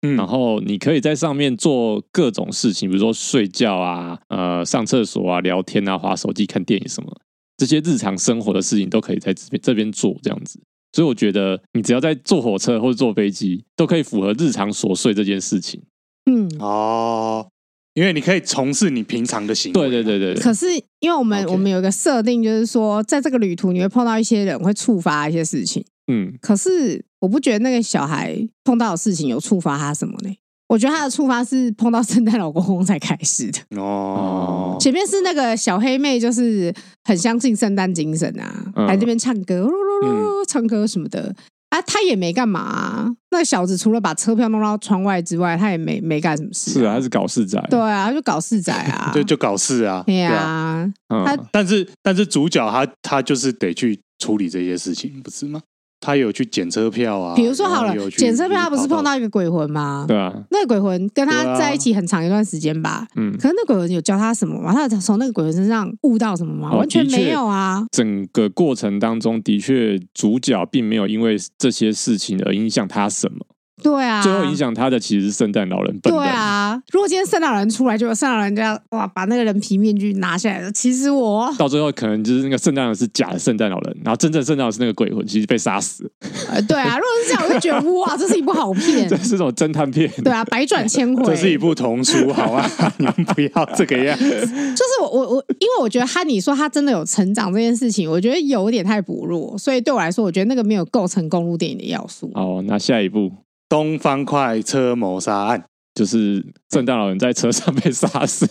S3: 嗯
S2: 然后你可以在上面做各种事情，比如说睡觉啊、呃上厕所啊、聊天啊、划手机、看电影什么的，这些日常生活的事情都可以在这边这边做这样子。所以我觉得，你只要在坐火车或者坐飞机，都可以符合日常琐碎这件事情。
S1: 嗯，
S3: 哦，因为你可以从事你平常的行为。
S2: 对对对对对
S1: 可是因为我们
S3: OK
S1: 我们有一个设定，就是说，在这个旅途你会碰到一些人，会触发一些事情。
S2: 嗯，
S1: 可是我不觉得那个小孩碰到的事情有触发他什么呢？我觉得他的触发是碰到圣诞老公公才开始的。
S3: 哦，，
S1: 前面是那个小黑妹，就是很相信圣诞精神啊，
S2: 嗯
S1: 来这边唱歌，咯咯咯唱歌什么的啊，他也没干嘛、啊。那个小子除了把车票弄到窗外之外，他也没没干什么事、
S2: 是啊，他是搞事仔，
S1: 对啊，他就搞事仔啊
S3: 就就搞事啊。
S1: 对
S3: 对啊，
S1: 啊，
S2: 嗯，
S1: 他
S3: 但是但是主角他他就是得去处理这些事情，不是吗？他有去检车票啊，
S1: 比如说好了
S3: 然后有，去
S1: 检车票他不是碰
S3: 跑
S1: 到一个鬼魂吗？
S2: 对啊，
S1: 那个鬼魂跟
S3: 对
S1: 他
S3: 啊
S1: 在一起很长一段时间吧，
S2: 嗯，
S1: 可是那鬼魂有教他什么吗？他有从那个鬼魂身上悟到什么吗？
S2: 哦
S1: 完全
S2: 的确
S1: 没有啊。
S2: 整个过程当中，的确主角并没有因为这些事情而影响他什么，
S1: 对啊，
S2: 最后影响他的其实是圣诞老人本人。
S1: 对啊，如果今天圣诞老人出来，就有圣诞老人这样哇，把那个人皮面具拿下来了。其实我，
S2: 到最后可能就是那个圣诞老人是假的圣诞老人，然后真正圣诞老人是那个鬼魂，其实被杀死。
S1: 呃，对啊，如果是这样，我就觉得哇，这是一部好 片
S2: 这，是种侦探片，
S1: 嗯对啊，百转千回。
S3: 这是一部童书，好啊， 你们不要这个样子。
S1: 就是我我我，因为我觉得哈，你说他真的有成长这件事情，我觉得有点太薄弱，所以对我来说，我觉得那个没有构成公路电影的要素。啊
S2: 哦，那下一步
S3: 东方快车谋杀案，
S2: 就是圣诞老人在车上被杀 死，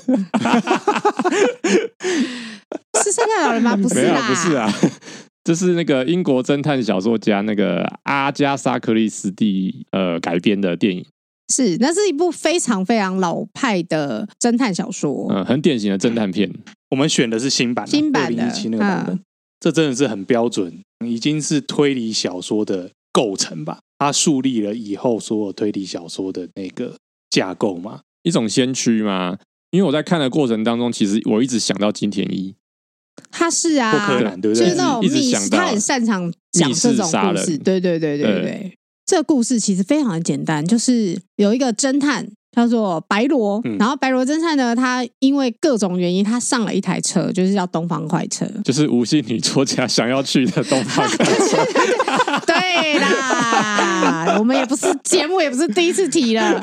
S1: 是圣诞老人吗？不
S2: 没
S1: 是
S2: 有
S1: 啦，
S2: 不是啊，这是那个英国侦探小说家那个阿加莎·克里斯蒂呃改编的电影，
S1: 是那是一部非常非常老派的侦探小说。
S2: 嗯、很典型的侦探片。
S3: 我们选的是新版、啊，
S1: 新版的
S3: 二零一七那个版本，
S1: 嗯
S3: 这真的是很标准，已经是推理小说的构成吧？它树立了以后所有推理小说的那个架构嘛。
S2: 一种先驱吗？因为我在看的过程当中，其实我一直想到金田一
S1: 他是啊，
S3: 不可能对不
S1: 就
S3: 对
S1: 是那种
S2: 一直
S1: 密
S2: 想
S1: 室，
S2: 到
S1: 他很擅长讲这种
S2: 密室杀
S1: 故
S2: 人
S1: 事。对对对对对
S2: 对
S1: 对，这个故事其实非常的简单，就是有一个侦探叫做白罗，
S3: 嗯
S1: 然后白罗侦探呢，他因为各种原因，他上了一台车，就是叫东方快车。
S2: 就是无心女作家想要去的东 方快车，
S1: 对啦，我们也不是节目，也不是第一次提了。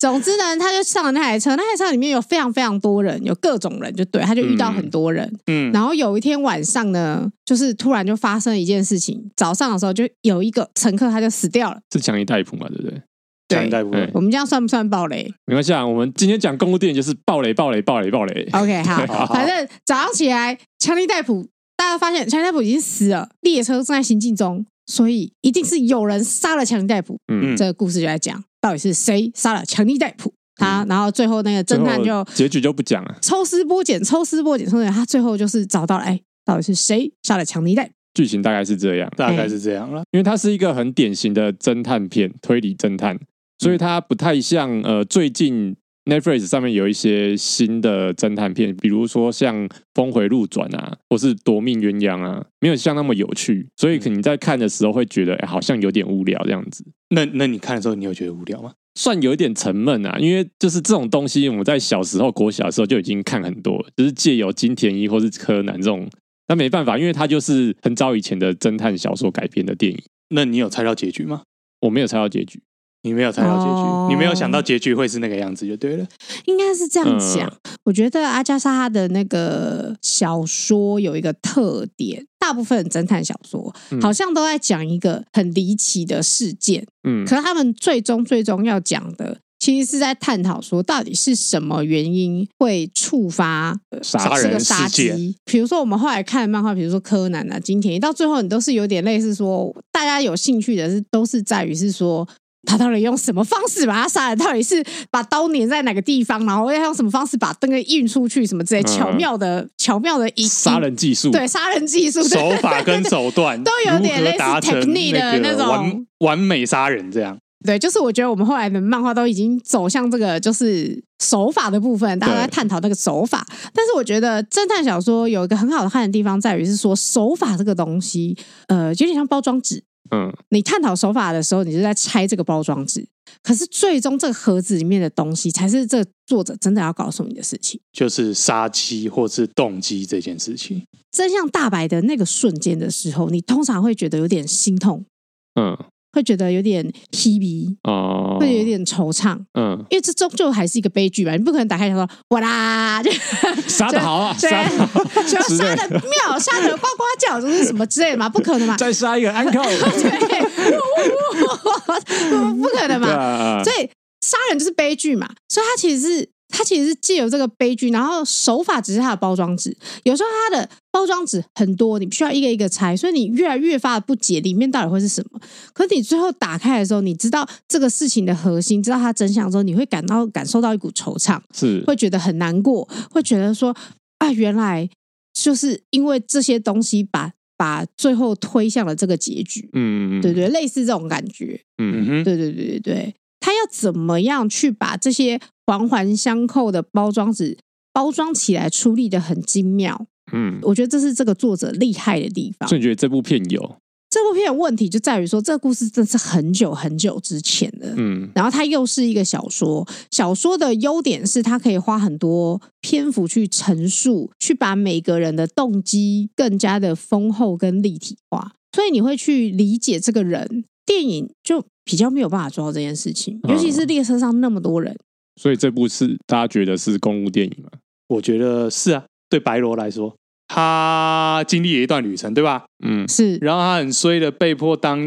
S1: 总之呢，他就上了那台车，那台车里面有非常非常多人，有各种人，就对，他就遇到很多人。
S3: 嗯，
S1: 然后有一天晚上呢，就是突然就发生一件事情。早上的时候，就有一个乘客他就死掉了。
S2: 是强尼戴普嘛，对不对？
S3: 强尼戴普
S2: 对
S1: 我们这样算不算暴 雷
S2: 没关系啊，我们今天讲公路电影就是暴雷、暴雷、暴雷、暴雷。
S1: ？OK，好，
S3: 好
S1: 反正早上起来，强尼戴普，大家发现强尼戴普已经死了，列车正在行进中，所以一定是有人杀了强尼戴普。
S2: 嗯，
S1: 这个故事就在讲到底是谁杀了强尼戴普。他，然后最后那个
S2: 嗯最
S1: 侦探
S2: 后
S1: 就
S2: 结局就不讲了，
S1: 抽丝剥茧，抽丝剥茧，抽丝剥茧，他最后就是找到了，哎，到底是谁杀了强尼戴普？
S2: 剧情大概是这样，
S3: 大概是这样了。
S2: 因为它是一个很典型的侦探片，推理侦探，所以它不太像呃最近 Netflix 上面有一些新的侦探片，比如说像《峰回路转》啊，或是《夺命鸳鸯》啊，没有像那么有趣，所以可能你在看的时候会觉得、哎好像有点无聊这样子。
S3: 那那你看的时候，你有觉得无聊吗？
S2: 算有一点沉闷啊，因为就是这种东西，我们在小时候、国小的时候就已经看很多了，就是借由金田一或是柯南这种，那没办法，因为它就是很早以前的侦探小说改编的电影，
S3: 那你有猜到结局吗？
S2: 我没有猜到结局。
S3: 你没有猜到结局，
S1: 哦
S3: 你没有想到结局会是那个样子就对了。
S1: 应该是这样讲。
S2: 嗯
S1: 我觉得阿加莎她的那个小说有一个特点，大部分侦探小说
S2: 嗯
S1: 好像都在讲一个很离奇的事件，
S2: 嗯，
S1: 可是他们最终最终要讲的。其实是在探讨说，到底是什么原因会触发呃
S3: 杀
S1: 这个
S3: 人
S1: 杀
S3: 事件
S1: 机？比如说我们后来看漫画，比如说柯南啊、金田一，到最后你都是有点类似说，大家有兴趣的是都是在于是说，他到底用什么方式把他杀了？到底是把刀粘在哪个地方，然后要用什么方式把灯给运出去，什么之类
S2: 嗯
S1: 巧妙的巧妙的一
S2: 杀人技术，
S1: 对杀人技术
S3: 手法跟手 段
S1: 都有点
S3: 如
S1: 类
S3: 何
S1: 似
S3: 达成
S1: technique 的
S3: 那
S1: 那
S3: 个
S1: 种
S3: 完完美杀人这样。
S1: 对，就是我觉得我们后来的漫画都已经走向这个就是手法的部分，大家都在
S2: 对
S1: 探讨那个手法。但是我觉得侦探小说有一个很好看的地方在于是说手法这个东西，呃，有点像包装纸。
S2: 嗯，
S1: 你探讨手法的时候，你就在拆这个包装纸，可是最终这个盒子里面的东西才是这个作者真的要告诉你的事情。
S3: 就是杀机或是动机这件事情，
S1: 真相大白的那个瞬间的时候，你通常会觉得有点心痛，
S2: 嗯
S1: 会觉得有点疲惫，
S2: 哦，
S1: 会有点惆怅。
S2: 嗯，
S1: 因为这终究还是一个悲剧吧，你不可能打开想说哇啦，就
S2: 杀的好啊，
S1: 对
S2: 杀的好，，
S1: 只要
S2: 之类
S1: 杀的妙，杀的呱呱叫，就是什么之类的嘛，不可能嘛，
S2: 再杀一个 uncle，
S1: 对，不可能
S2: 对
S1: 嘛，
S2: 啊，
S1: 所以杀人就是悲剧嘛，所以他其实是他其实是借由这个悲剧，然后手法只是他的包装纸，有时候他的包装纸很多，你必须要一个一个拆，所以你越来越发的不解里面到底会是什么。可是你最后打开的时候，你知道这个事情的核心，知道它真相之后，你会感到感受到一股惆怅，
S2: 是
S1: 会觉得很难过，会觉得说啊，原来就是因为这些东西把把最后推向了这个结局，
S2: 嗯，嗯
S1: 对，对，类似这种感觉。
S3: 嗯
S2: 嗯
S3: 哼，
S1: 对对对对对，他要怎么样去把这些环环相扣的包装纸包装起来，处理的很精妙。
S2: 嗯，
S1: 我觉得这是这个作者厉害的地方
S2: 所。以你觉得这部片有，
S1: 这部片的问题就在于说，这个故事真的是很久很久之前的。
S2: 嗯
S1: 然后它又是一个小说，小说的优点是它可以花很多篇幅去陈述，去把每个人的动机更加的丰厚跟立体化，所以你会去理解这个人。电影就比较没有办法做到这件事情，
S2: 嗯
S1: 尤其是列车上那么多人，
S2: 所以这部是大家觉得是公路电影嘛？
S3: 我觉得是啊。对白罗来说，他经历了一段旅程，对吧？
S2: 嗯
S1: 是
S3: 然后他很衰的被迫当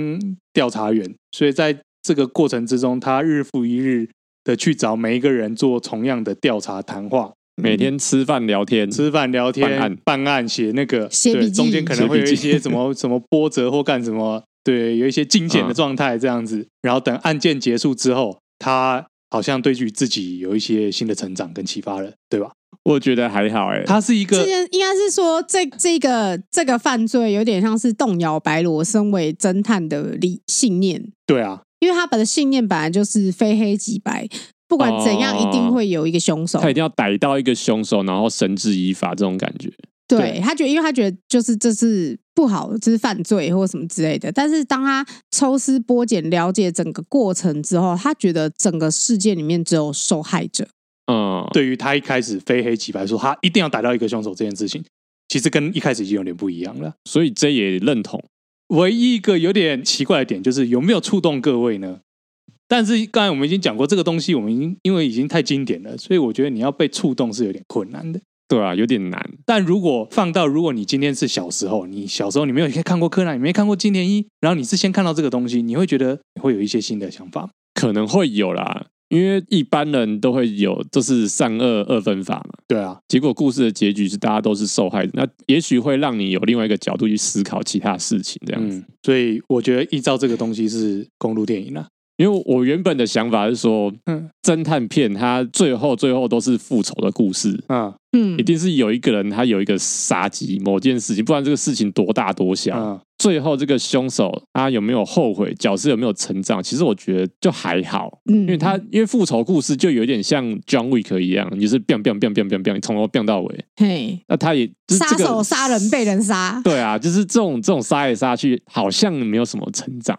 S3: 调查员，所以在这个过程之中，他日复一日的去找每一个人做同样的调查谈话，
S2: 每天吃饭聊天，
S3: 吃饭聊天、
S2: 办案
S3: 写那个，
S1: 写笔
S3: 对，
S1: 记
S3: 中间可能会有一
S2: 写笔
S3: 些
S2: 记
S3: 什么 什么波折或干什么，对，有一些惊险的
S2: 嗯
S3: 状态这样子。然后等案件结束之后，他好像对于自己有一些新的成长跟启发了，对吧？
S2: 我觉得还好哎，
S3: 他是一
S1: 这
S3: 个
S1: 件应该是说这这个这个犯罪有点像是动摇白罗身为侦探的理信念，
S3: 对啊，
S1: 因为他本的信念本来就是非黑即白，不管怎样
S2: 哦
S1: 一定会有一个凶手
S2: 他。一定要逮到一个凶手，然后绳之以法这种感觉。
S1: 对
S3: 对
S1: 他觉得，因为他觉得就是这是不好，这是犯罪或什么之类的。但是当他抽丝剥茧了解整个过程之后，他觉得整个事件里面只有受害者。
S2: 嗯，
S3: 对于他一开始非黑即白说他一定要逮到一个凶手这件事情，其实跟一开始已经有点不一样了。
S2: 所以 J 也认同。
S3: 唯一一个有点奇怪的点就是有没有触动各位呢？但是刚才我们已经讲过，这个东西我们已经因为已经太经典了，所以我觉得你要被触动是有点困难的。
S2: 对啊，有点难。
S3: 但如果放到如果你今天是小时候，你小时候你没有看过柯南，你没看过金田一，然后你是先看到这个东西，你会觉得会有一些新的想法吗。
S2: 可能会有啦，因为一般人都会有，就是善恶二分法嘛。
S3: 对啊，
S2: 结果故事的结局是大家都是受害者，那也许会让你有另外一个角度去思考其他事情，这样子。
S3: 嗯，所以我觉得依照这个东西是公路电影啊啦、
S2: 因为我原本的想法是说，
S3: 嗯
S2: 侦探片它最后最后都是复仇的故事，
S3: 啊，
S1: 嗯
S2: 一，定是有一个人他有一个杀机某件事情，不然这个事情多大多
S3: 嗯
S2: 小，
S3: 嗯，
S2: 最后这个凶手他有没有后悔，角色有没有成长，其实我觉得就还好。
S1: 嗯
S2: 因为他因为复仇故事就有点像 John Wick 一样，你就是 biang biang biang biang biang biang 从头 biang 到尾。
S1: 嗯嘿，
S2: 那他也就是
S1: 杀
S2: 这个
S1: 手 杀人被人杀，
S2: 对啊，就是这种这种杀来杀去，好像没有什么成长。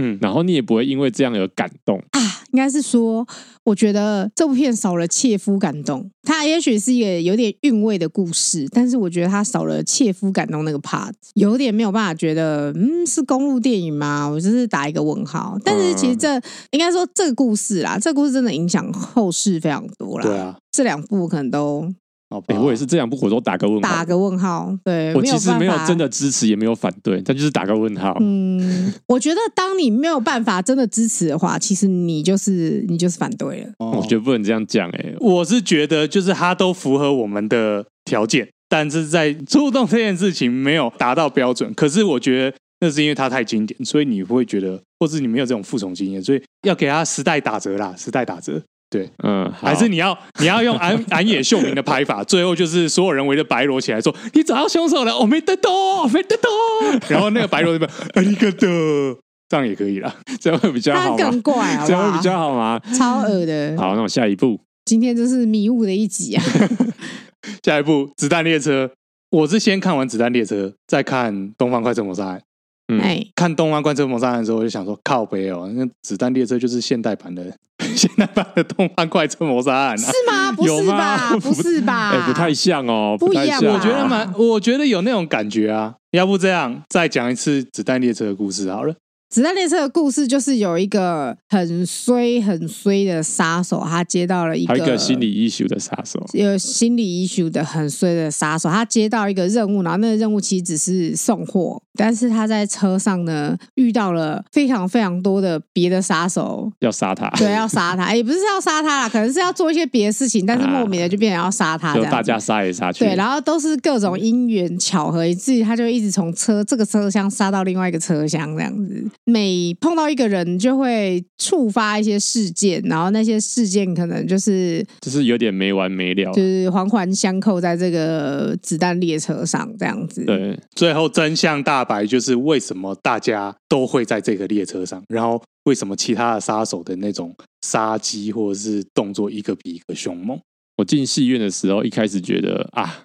S3: 嗯，
S2: 然后你也不会因为这样而感动。
S1: 啊应该是说，我觉得这部片少了切肤感动。它也许是一个有点韵味的故事，但是我觉得它少了切肤感动那个 part，有点没有办法觉得，嗯，是公路电影吗？我就是打一个问号。但是其实
S2: 嗯
S1: 这、应该说这个故事啦，这个故事真的影响后世非常多啦。
S3: 对，啊，
S1: 这两部可能都
S3: 好吧
S2: 哎、我也是这两部我都打个问
S1: 哦
S2: 号
S1: 打。个问号。对，
S2: 我其实没有
S1: 办法
S2: 真的支持，也没有反对，但就是打个问号。
S1: 嗯，我觉得当你没有办法真的支持的话，其实你就是你就是反对了。
S3: 哦
S2: 我觉得不能这样讲哎、
S3: 我是觉得就是它都符合我们的条件，但是在触动这件事情没有达到标准。可是我觉得那是因为它太经典，所以你会觉得，或是你没有这种复仇经验，所以要给它时代打折啦，时代打折。
S2: 嗯，好
S3: 还是你要你要用安安野秀明的拍法，最后就是所有人围着白罗起来说：“你找到凶手了，我没得多，没得多。”然后那个白罗这边，哎，你个的，这样也可以啦。
S2: 这样会比较
S1: 他
S2: 好吗
S1: 更？ 啊怪，好
S2: 这
S1: 不
S2: 样会
S1: 好
S2: 比？较好吗？
S1: 超恶的。
S2: 好，那我下一步
S1: 今天真是迷雾的一集啊！
S3: 下一步《子弹列车》，我是先看完《子弹列车》，再看《东方快车谋杀案》。
S2: 嗯
S1: 哎，
S3: 看《东方快车谋杀案》的时候，我就想说，靠北哦，那《子弹列车》就是现代版的 现代版的《东方快车谋杀案》
S1: 是。
S3: 啊
S1: 吗？不是吧？
S2: 有吗
S1: 不是吧？
S2: 哎、不太像哦，
S1: 不一
S2: 太
S1: 样
S2: 像
S1: 吧
S3: 我觉得蛮，我觉得有那种感觉啊。要不这样，再讲一次《子弹列车》的故事好了。
S1: 子弹列车的故事就是有一个很衰、很衰的杀手，他接到了一
S2: 还
S1: 个
S2: 有一个心理 issue 的杀手，
S1: 有心理 issue 的很衰的杀手，他接到一个任务，然后那个任务其实只是送货，但是他在车上呢遇到了非常非常多的别的杀手，
S2: 要杀他，
S1: 对，要杀 他，也不是要杀他啦，可能是要做一些别的事情，但是莫名的就变成要杀他这
S2: 啊就
S1: 样子，
S2: 大家杀来杀去。
S1: 对，然后都是各种因缘巧合，以至于他就一直从车这个车厢杀到另外一个车厢这样子。每碰到一个人，就会触发一些事件，然后那些事件可能就是
S2: 就是有点没完没了。
S1: 就是环环相扣在这个子弹列车上这样子。
S2: 对，
S3: 最后真相大白，就是为什么大家都会在这个列车上，然后为什么其他的杀手的那种杀机或者是动作一个比一个凶猛。
S2: 我进戏院的时候，一开始觉得啊，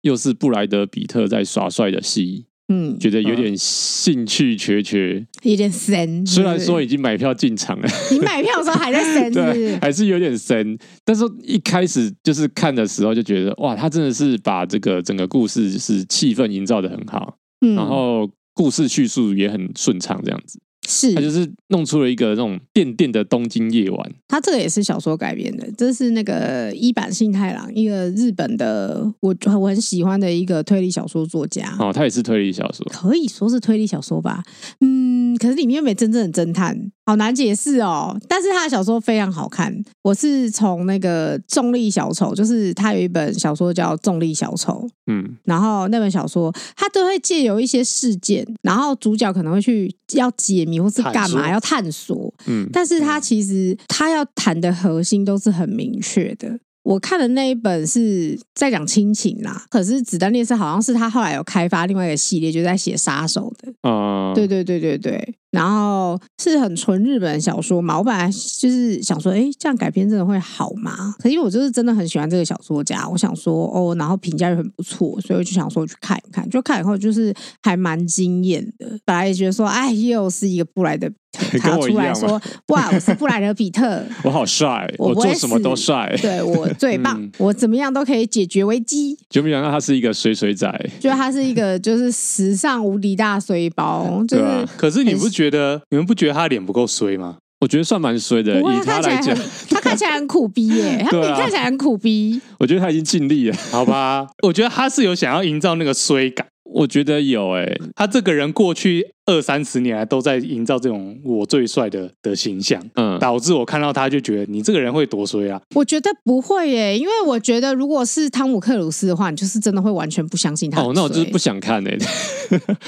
S2: 又是布莱德比特在耍帅的戏，
S1: 嗯，
S2: 觉得有点兴趣缺缺。
S1: 有点神。
S2: 虽然说
S1: 是
S2: 已经买票进场了，
S1: 不是你买票的时候还在神，是不
S2: 对，
S1: 是？
S2: 还是有点神。但是一开始就是看的时候就觉得，哇，他真的是把这个整个故事就是气氛营造的很好，
S1: 嗯，
S2: 然后故事叙述也很顺畅，这样子。
S1: 是
S2: 他就是弄出了一个那种电电的东京夜晚，
S1: 他这个也是小说改编的，这是那个一坂幸太郎，一个日本的我我很喜欢的一个推理小说作家。
S2: 哦，它也是推理小说，
S1: 可以说是推理小说吧，嗯，可是里面又没真正的侦探，好难解释哦。但是他的小说非常好看，我是从那个《重力小丑》，就是他有一本小说叫《重力小丑》，
S2: 嗯，
S1: 然后那本小说，它都会借由一些事件，然后主角可能会去要解谜或是干
S3: 探索
S1: 嘛要探索，
S2: 嗯
S1: 但是它其实它要谈的核心都是很明确的。我看的那一本是在讲亲情啦，可是《子弹列车》好像是他后来有开发另外一个系列，就在写杀手的。
S2: 啊、
S1: 对对对对对，然后是很纯日本的小说嘛。我本来就是想说，哎，这样改编真的会好吗？可是因为我就是真的很喜欢这个小说家，我想说哦，然后评价又很不错，所以我就想说我去看一看。就看以后就是还蛮惊艳的，本来也觉得说，哎，又是一个布莱德比特，
S2: 跟
S1: 他
S2: 我一
S1: 出来
S2: 样嘛
S1: 说，哇，我是布莱德比特。
S2: 我好帅，
S1: 我
S2: 我
S1: 不会
S2: 做什么都帅，
S1: 对 我最棒，
S3: 嗯
S1: 我怎么样都可以解决危机。
S2: 就没想到他是一个水水仔，
S1: 就他是一个就是时尚无敌大 水包，就
S2: 对啊
S1: 是、
S2: 吧、
S3: 可是你不觉得你们不觉得他脸不够衰吗？
S2: 我觉得算蛮衰的，
S1: 不会，
S2: 以
S1: 他
S2: 来
S1: 看起来
S2: 讲，
S1: 很，他看起来很苦逼耶、他
S2: 对
S1: 你
S2: 啊
S1: 看起来很苦逼，
S2: 我觉得他已经尽力了，
S3: 好吧，我觉得他是有想要营造那个衰感。
S2: 我觉得有哎、
S3: 他这个人过去二三十年来啊都在营造这种我最帅的的形象，
S2: 嗯，
S3: 导致我看到他就觉得你这个人会多衰 啊！
S1: 我觉得不会耶、因为我觉得如果是汤姆克鲁斯的话，你就是真的会完全不相信他。
S2: 哦，那我就是不，想看哎、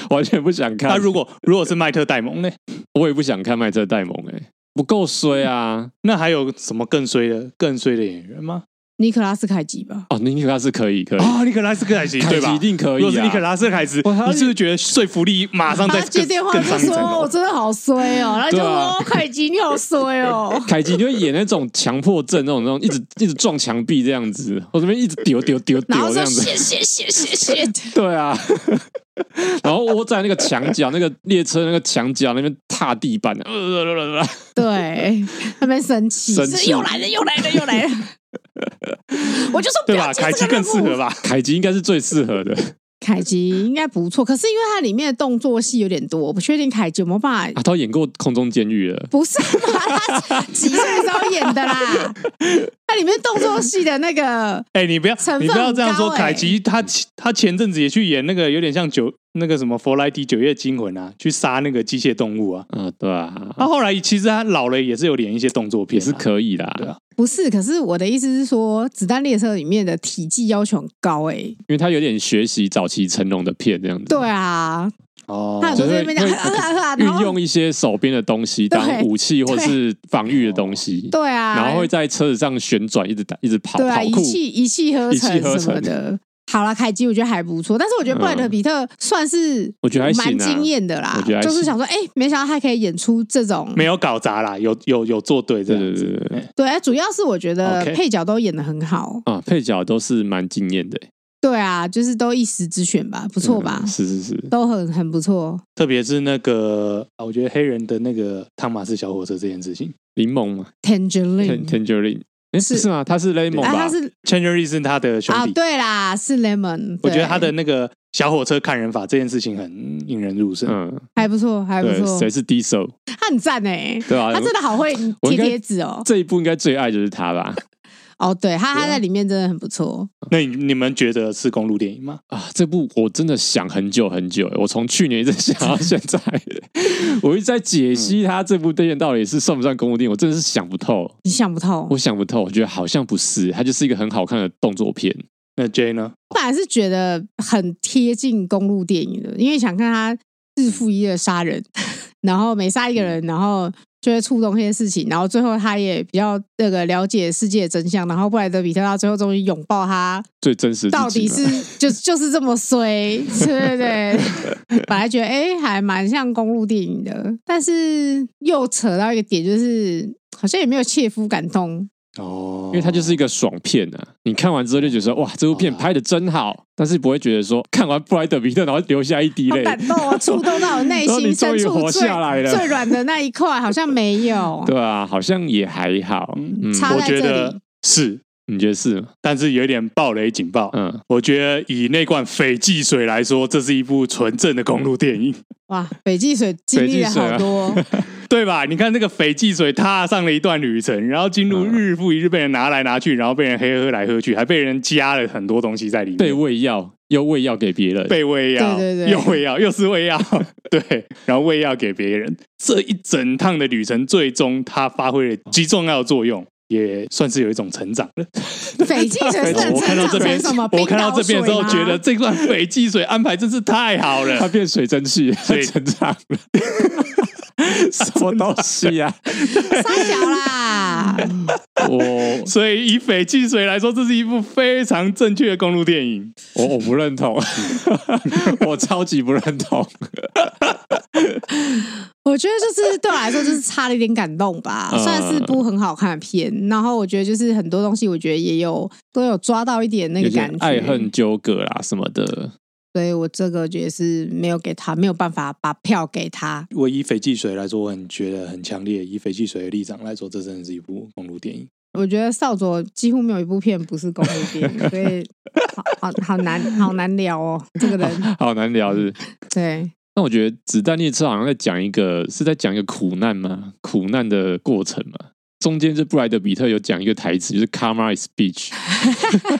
S2: 完全不想看，
S3: 他如果如果是麦特戴蒙呢？
S2: 我也不想看麦特戴蒙哎、不够衰啊，
S3: 那还有什么更衰的更衰的演员吗？
S1: 尼克拉斯凯奇吧？
S2: 哦，尼克拉斯可以可以，
S3: 啊，尼克拉斯凯奇对
S2: 哦凯
S3: 吧？
S2: 奇一定可以啊
S3: 如果是尼克拉斯凯奇，
S2: 哇他
S3: 你是不是觉得说服力马上在
S1: 他接电话就说：“我真的好衰哦。”然后就
S2: 对啊
S1: 说：“凯奇，你好衰 哦。
S2: 凯奇就会演那种强迫症那种那种一直一直撞墙壁这样子，我这边一直丢丢丢”丢
S1: 然后
S2: 这
S1: 说
S2: 样：“子，
S1: 谢谢谢谢谢。
S2: 对啊，然后窝在那个墙角，那个列车那个墙角那边踏地板，呃，”
S1: 对，他们生气，
S2: 生气
S1: 是又来了又来了又来了。我就说不
S3: 对
S1: 要
S3: 吧？
S1: 接
S3: 凯
S1: 这
S3: 奇
S1: 个
S3: 更
S1: 任
S3: 适合
S1: 务。
S3: 吧？
S2: 凯奇应该是最适合的
S1: 凯奇应该不错，可是因为它里面的动作戏有点多，我不确定凯奇有没有办法。
S2: 啊，他演过《空中监狱》了。
S1: 不是嘛？他是几岁的时候演的啦？它里面动作戏的那个
S3: 哎，你不要
S1: 成分
S3: 你不要这样说，
S1: 很高哎
S3: 凯奇他他前阵子也去演那个有点像九那个什么佛莱迪九月惊魂啊，去杀那个机械动物啊。
S2: 啊，对啊，
S3: 他后来其实他老了也是有演一些动作
S2: 也
S3: 片啊，
S2: 是可以
S3: 对
S2: 啦
S3: 啊，
S1: 不是，可是我的意思是说，《子弹列车》里面的体积要求很高哎、欸。
S2: 因为他有点学习早期成龙的片这样子，
S1: 对啊，
S3: 哦
S1: 他有时候在那边讲
S2: 就是
S1: 啊啊啊，
S2: 运
S1: 然后
S2: 用一些手边的东西当
S1: 对
S2: 武器或是防御的东西，
S1: 对啊，
S2: 然后会在车子上旋转，一直打，一直跑，
S1: 对啊，
S2: 跑
S1: 一
S2: 酷。
S1: 气一气呵
S2: 一气呵
S1: 成什么
S2: 成
S1: 的。好啦，凯基我觉得还不错，但是我觉得布莱德
S2: 嗯
S1: 比特算是
S2: 我觉得还行啊
S1: 蛮惊艳的啦
S2: 我觉得，还
S1: 就是
S2: 行
S1: 想说，哎，没想到他可以演出这种
S3: 没有搞砸啦，有有有做对这
S2: 对对
S3: 样
S2: 对
S3: 子。
S2: 对对
S1: 对，哎主要是我觉得
S3: OK
S1: 配角都演的很好，
S2: 啊，配角都是蛮惊艳的，
S1: 对啊，就是都一时之选吧，不
S2: 不
S1: 错吧，
S2: 是是是，
S1: 都很很不错。
S3: 特别是那个啊，我觉得黑人的那个汤马斯小火车这件事情
S2: 柠檬嘛
S1: Tangerine，
S2: ，Tan-，Tangerine，哎，不
S1: 嗯是
S2: 是吗？他是 Lemon
S1: 啊，
S2: 吧
S1: 他？是
S3: c h a n g e r y 是他的兄
S1: 啊，
S3: 弟，
S1: 对啦，是 Lemon，
S3: 我觉得
S1: 对
S3: 他的那个小火车看人法这件事情很引人入胜。
S2: 嗯，
S1: 还不错，还不
S2: 对，
S1: 错，
S2: 谁是 d i s o
S1: 他很赞哎，
S2: 对啊，
S1: 他真的好会
S2: 我
S1: 贴
S2: 应该
S1: 贴纸哦，
S2: 这一部应该最爱就是他吧？
S1: 哦，对他他在里面真的很不错，
S3: 那你你们觉得是公路电影吗？
S2: 啊，这部我真的想很久很久，欸我从去年一直想到现在， 我一直在
S1: 嗯
S2: 解析他这部电影到底是算不算公路电影，我真的是想不透，
S1: 你想不透
S2: 我。想不透，我觉得好像不是，它就是一个很好看的动作片，
S3: 那 J 呢？
S1: 本来是觉得很贴近公路电影的，因为想看他日复一日的杀人， 然后每杀一个人，然后就会触动一些事情，然后最后他也比较那个了解世界的真相，然后布莱德比特到最后终于拥抱他，
S2: 最真实自己嘛
S1: 到底是就就是这么衰，对对对。 本来觉得哎、还蛮像公路电影的，但是又扯到一个点，就是好像也没有切肤感动，
S3: 哦，
S2: 因为它就是一个爽片啊！你看完之后就觉得说，哇，这部
S1: 哦
S2: 片拍的真好，但是不会觉得说看完布莱德比特然后流下一滴
S1: 好
S2: 泪，
S1: 感动哦，触动到我内
S2: 然后
S1: 心
S2: 你
S1: 深
S2: 终于
S1: 处
S2: 活
S1: 最
S2: 下来了
S1: 最软的那一块，好像没有。
S2: 对啊，好像也还好，嗯，
S1: 差
S3: 我
S1: 在
S3: 觉
S1: 这
S3: 得
S1: 里
S3: 是，
S2: 你觉得是吗？
S3: 但是有点暴雷警报。
S2: 嗯，
S3: 我觉得以那罐斐济水来说，这是一部纯正的公路电影，
S1: 哇，北极水经历了好多，
S3: 对吧？你看这个斐济水踏上了一段旅程，然后进入
S2: 嗯
S3: 日复一日被人拿来拿去，然后被人黑喝来喝去，还被人加了很多东西在里面，
S2: 被喂药又喂药给别人，
S3: 被喂药，
S1: 对对对
S3: 又喂药，又是喂药，对， 然后喂药给别人。这一整趟的旅程，最终他发挥了极重要的作用，也算是有一种成长了。
S1: 北极水是
S3: 我看到
S1: 成
S3: 这边
S1: 成什么，冰
S3: 我看到
S1: 岛
S3: 这边的时候，
S1: 水吗
S3: 觉得这段斐济水安排真是太好
S2: 它
S3: 了，
S2: 变水蒸气，它
S3: 水
S2: 成长了， 什么东西啊？
S1: 三小啦，
S2: 我
S3: 所以以斐济水来说，这是一部非常正确的公路电影。
S2: 我我不 认同，我超级不认同。
S1: 我觉得就是对我来说就是差了一点感动吧，
S2: 嗯
S1: 算是部很好看的片。然后我觉得就是很多东西，我觉得也有都有抓到一点那
S2: 有
S1: 个
S2: 些
S1: 感觉，
S2: 爱恨纠葛啦什么的，
S1: 所以我这个也是没有给他，没有办法把票给他。
S3: 我以斐济水来说，我很觉得很强烈。以斐济水的立场来说，这真的是一部公路电影。
S1: 我觉得少佐几乎没有一部片不是公路片，所以好好好难好难聊哦，这个 人
S2: 好难聊是不
S1: 嗯
S2: 是。
S1: 对。
S2: 那我觉得《子弹列车》好像在讲一个是在讲一个苦难吗？苦难的过程嘛。中间就布莱德比特有讲一个台词，就是 “karma is bitch”，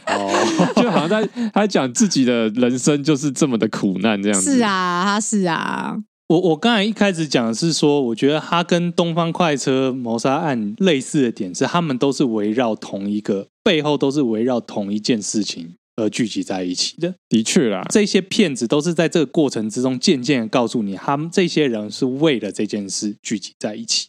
S3: 哦，
S2: 就好像在他在讲自己的人生就是这么的苦难这样子。
S1: 是，啊，他是啊，
S3: 我我刚才一开始讲的是说，我觉得它跟《东方快车谋杀案》类似的点是，他们都是围绕同一个，背后都是围绕同一件事情而聚集在一起的。
S2: 的确啦，
S3: 这些骗子都是在这个过程之中，渐渐的告诉你，他们这些人是为了这件事聚集在一起。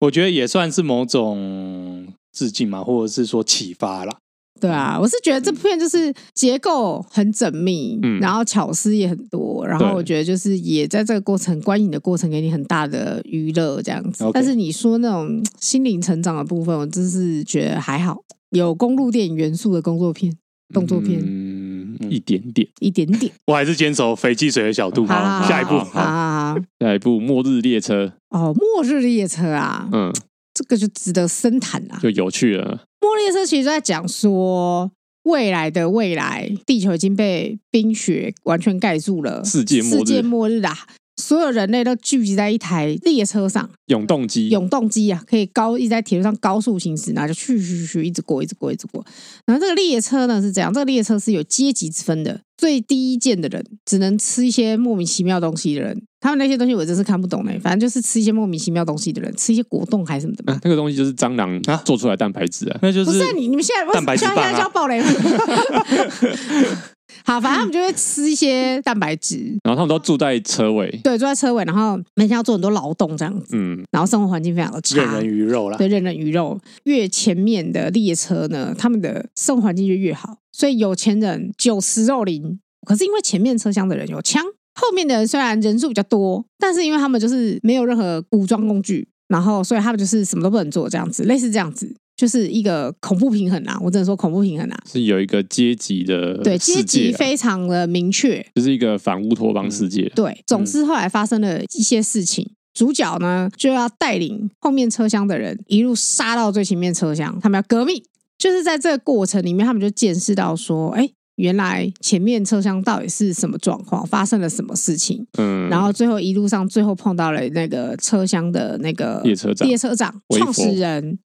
S3: 我觉得也算是某种致敬嘛，或者是说启发啦。
S1: 对啊，我是觉得这部片就是结构很缜密，
S2: 嗯
S1: 然后巧思也很多，然后
S2: 对
S1: 我觉得就是也在这个过程观影的过程给你很大的娱乐这样子。
S3: OK
S1: 但是你说那种嘖心灵成长的部分，我真是觉得还好，有公路电影元素的工作片、动作片、
S2: 嗯，一点点。
S1: 一点点。
S3: 我还是坚守肥济水的小度。
S1: 好
S3: 下一步
S1: 好好好好
S2: 下一部《末日列车》，
S1: 哦，末日列车啊，
S2: 嗯，
S1: 这个就值得深谈啊。
S2: 就有趣了。
S1: 末日列车其实在讲说，未来的未来，地球已经被冰雪完全盖住了，
S2: 世界末日
S1: 世界末日啊！所有人类都聚集在一台列车上，
S2: 永动机，
S1: 永动机啊，可以高一直在铁路上高速行驶，然后就去去去一直过，一直过，一直过。然后这个列车呢是这样，这个列车是有阶级之分的，最低贱的人只能吃一些莫名其妙东西的人，他们那些东西我真是看不懂嘞、反正就是吃一些莫名其妙东西的人，吃一些果冻还是什么的嘛。
S2: 啊那个东西就是蟑螂
S3: 啊
S2: 做出来的蛋白质啊。
S3: 那就
S1: 不
S3: 是
S1: 是啊你，你们现在不是
S3: 蛋白质
S1: 现在
S3: 棒
S1: 现在
S3: 啊
S1: 叫暴雷 吗？好，反正他们就会吃一些蛋白质，
S2: 然后他们都住在车尾，
S1: 对，坐在车尾，然后每天要做很多劳动这样子，
S2: 嗯，
S1: 然后生活环境非常的差，
S3: 任人鱼啊肉啦。
S1: 对，任人鱼肉。越前面的列车呢，他们的生活环境就越好，所以有钱人酒池肉林。可是因为前面车厢的人有枪，后面的人虽然人数比较多，但是因为他们就是没有任何武装工具，然后所以他们就是什么都不能做，这样子，类似这样子，就是一个恐怖平衡啊！我只能说恐怖平衡啊。
S2: 是有一个阶级的
S1: 对，
S2: 世
S1: 阶
S2: 界
S1: 级
S2: 啊，
S1: 非常的明确，
S2: 就是一个反乌托邦世界。啊
S1: 对，总
S2: 嗯
S1: 之后来发生了一些事情。主角呢就要带领后面车厢的人一路杀到最前面车厢，他们要革命。就是在这个过程里面，他们就见识到说，哎，原来前面车厢到底是什么状况，发生了什么事情。
S2: 嗯，
S1: 然后最后一路上最后碰到了那个车厢的那个
S2: 列车长
S1: 列车长
S2: 微
S1: 创
S2: 佛
S1: 始人，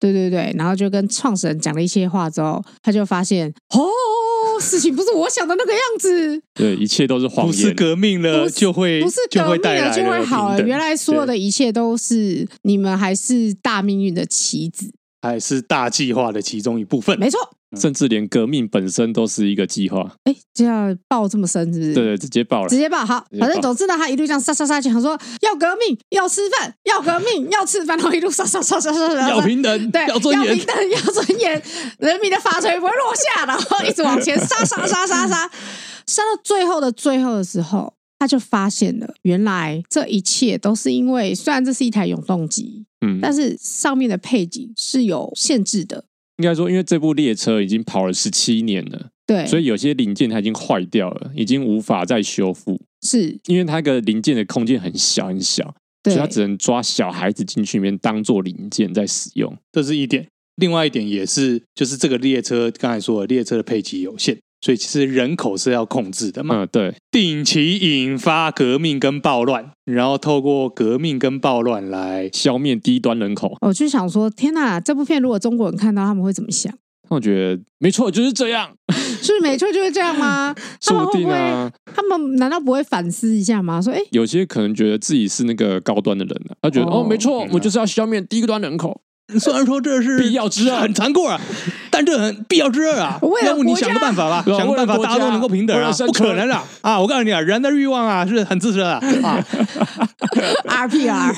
S1: 对对对，然后就跟创始人讲了一些话之后，他就发现哦，事情不是我想的那个样子，
S2: 对，一切都是谎
S3: 不是
S2: 言。
S3: 革命
S1: 不
S3: 了
S1: 是
S3: 就会
S1: 不是
S3: 就
S1: 革
S3: 会
S1: 命
S3: 带
S1: 了
S3: 来
S1: 就会好了，
S3: 平等
S1: 原来所有的一切都是你们还是大命运的棋子，
S3: 还是大计划的其中一部分。
S1: 没错。
S2: 嗯甚至连革命本身都是一个计划，
S1: 哎，这样爆这么深是不是？
S2: 对，对，直接爆了
S1: 直。接爆好，
S2: 直接
S1: 反正
S2: 爆
S1: 总之呢，他一路这样杀杀杀去，想说要革命，要吃饭，要革命，要吃饭，然后一路杀杀杀杀杀杀，
S3: 要平等，
S1: 对，
S3: 要尊严
S1: 平，等，要尊严，人民的法锤不会落下，然后一直往前杀杀杀杀杀，杀到最后的最后的时候，他就发现了，原来这一切都是因为，虽然这是一台永动机，
S2: 嗯，
S1: 但是上面的配给是有限制的，
S2: 应该说，因为这部列车已经跑了十七年了，
S1: 对，
S2: 所
S1: 以
S2: 以有些零件它已经坏掉了，已经无法再修复，
S1: 是
S2: 因为它那个零件的空间很小很小，所
S1: 对
S2: 以它只能抓小孩子进去里面当做零件在使用。
S3: 这是一点。另外一点也是，就是这个列车刚才说的，列车的配给有限，所以其实人口是要控制的嘛。
S2: 嗯，对，
S3: 定期引发革命跟暴乱，然后透过革命跟暴乱来
S2: 消灭低端人口，
S1: 我就想说，天哪！这部片如果中国人看到，他们会怎么想？
S2: 那我觉得没错，就是这样。
S1: 是没错就是这样 吗？他
S2: 说
S1: 们
S2: 不
S1: 会
S2: 定
S1: 不会？
S2: 啊，
S1: 他们难道不会反思一下吗？说， 哎，
S2: 有些可能觉得自己是那个高端的人啊，他觉得
S1: 哦
S2: 哦，没错
S3: 嗯啊，
S2: 我就是要消灭低端人口。
S3: 虽然说这是
S2: 必要之恶
S3: 很残酷啊，但这很必要之恶啊
S1: 为。了
S3: 要不你
S1: 国
S3: 想
S1: 家
S3: 个办法吧，
S2: 对啊
S3: 想个办法
S2: 为了国家
S3: 大家都能够平等
S2: 为
S3: 啊
S2: 了，生
S3: 不可
S2: 存
S3: 能啊！啊，我告诉你啊，人的欲望啊是很自私的啊 啊，
S1: R P R，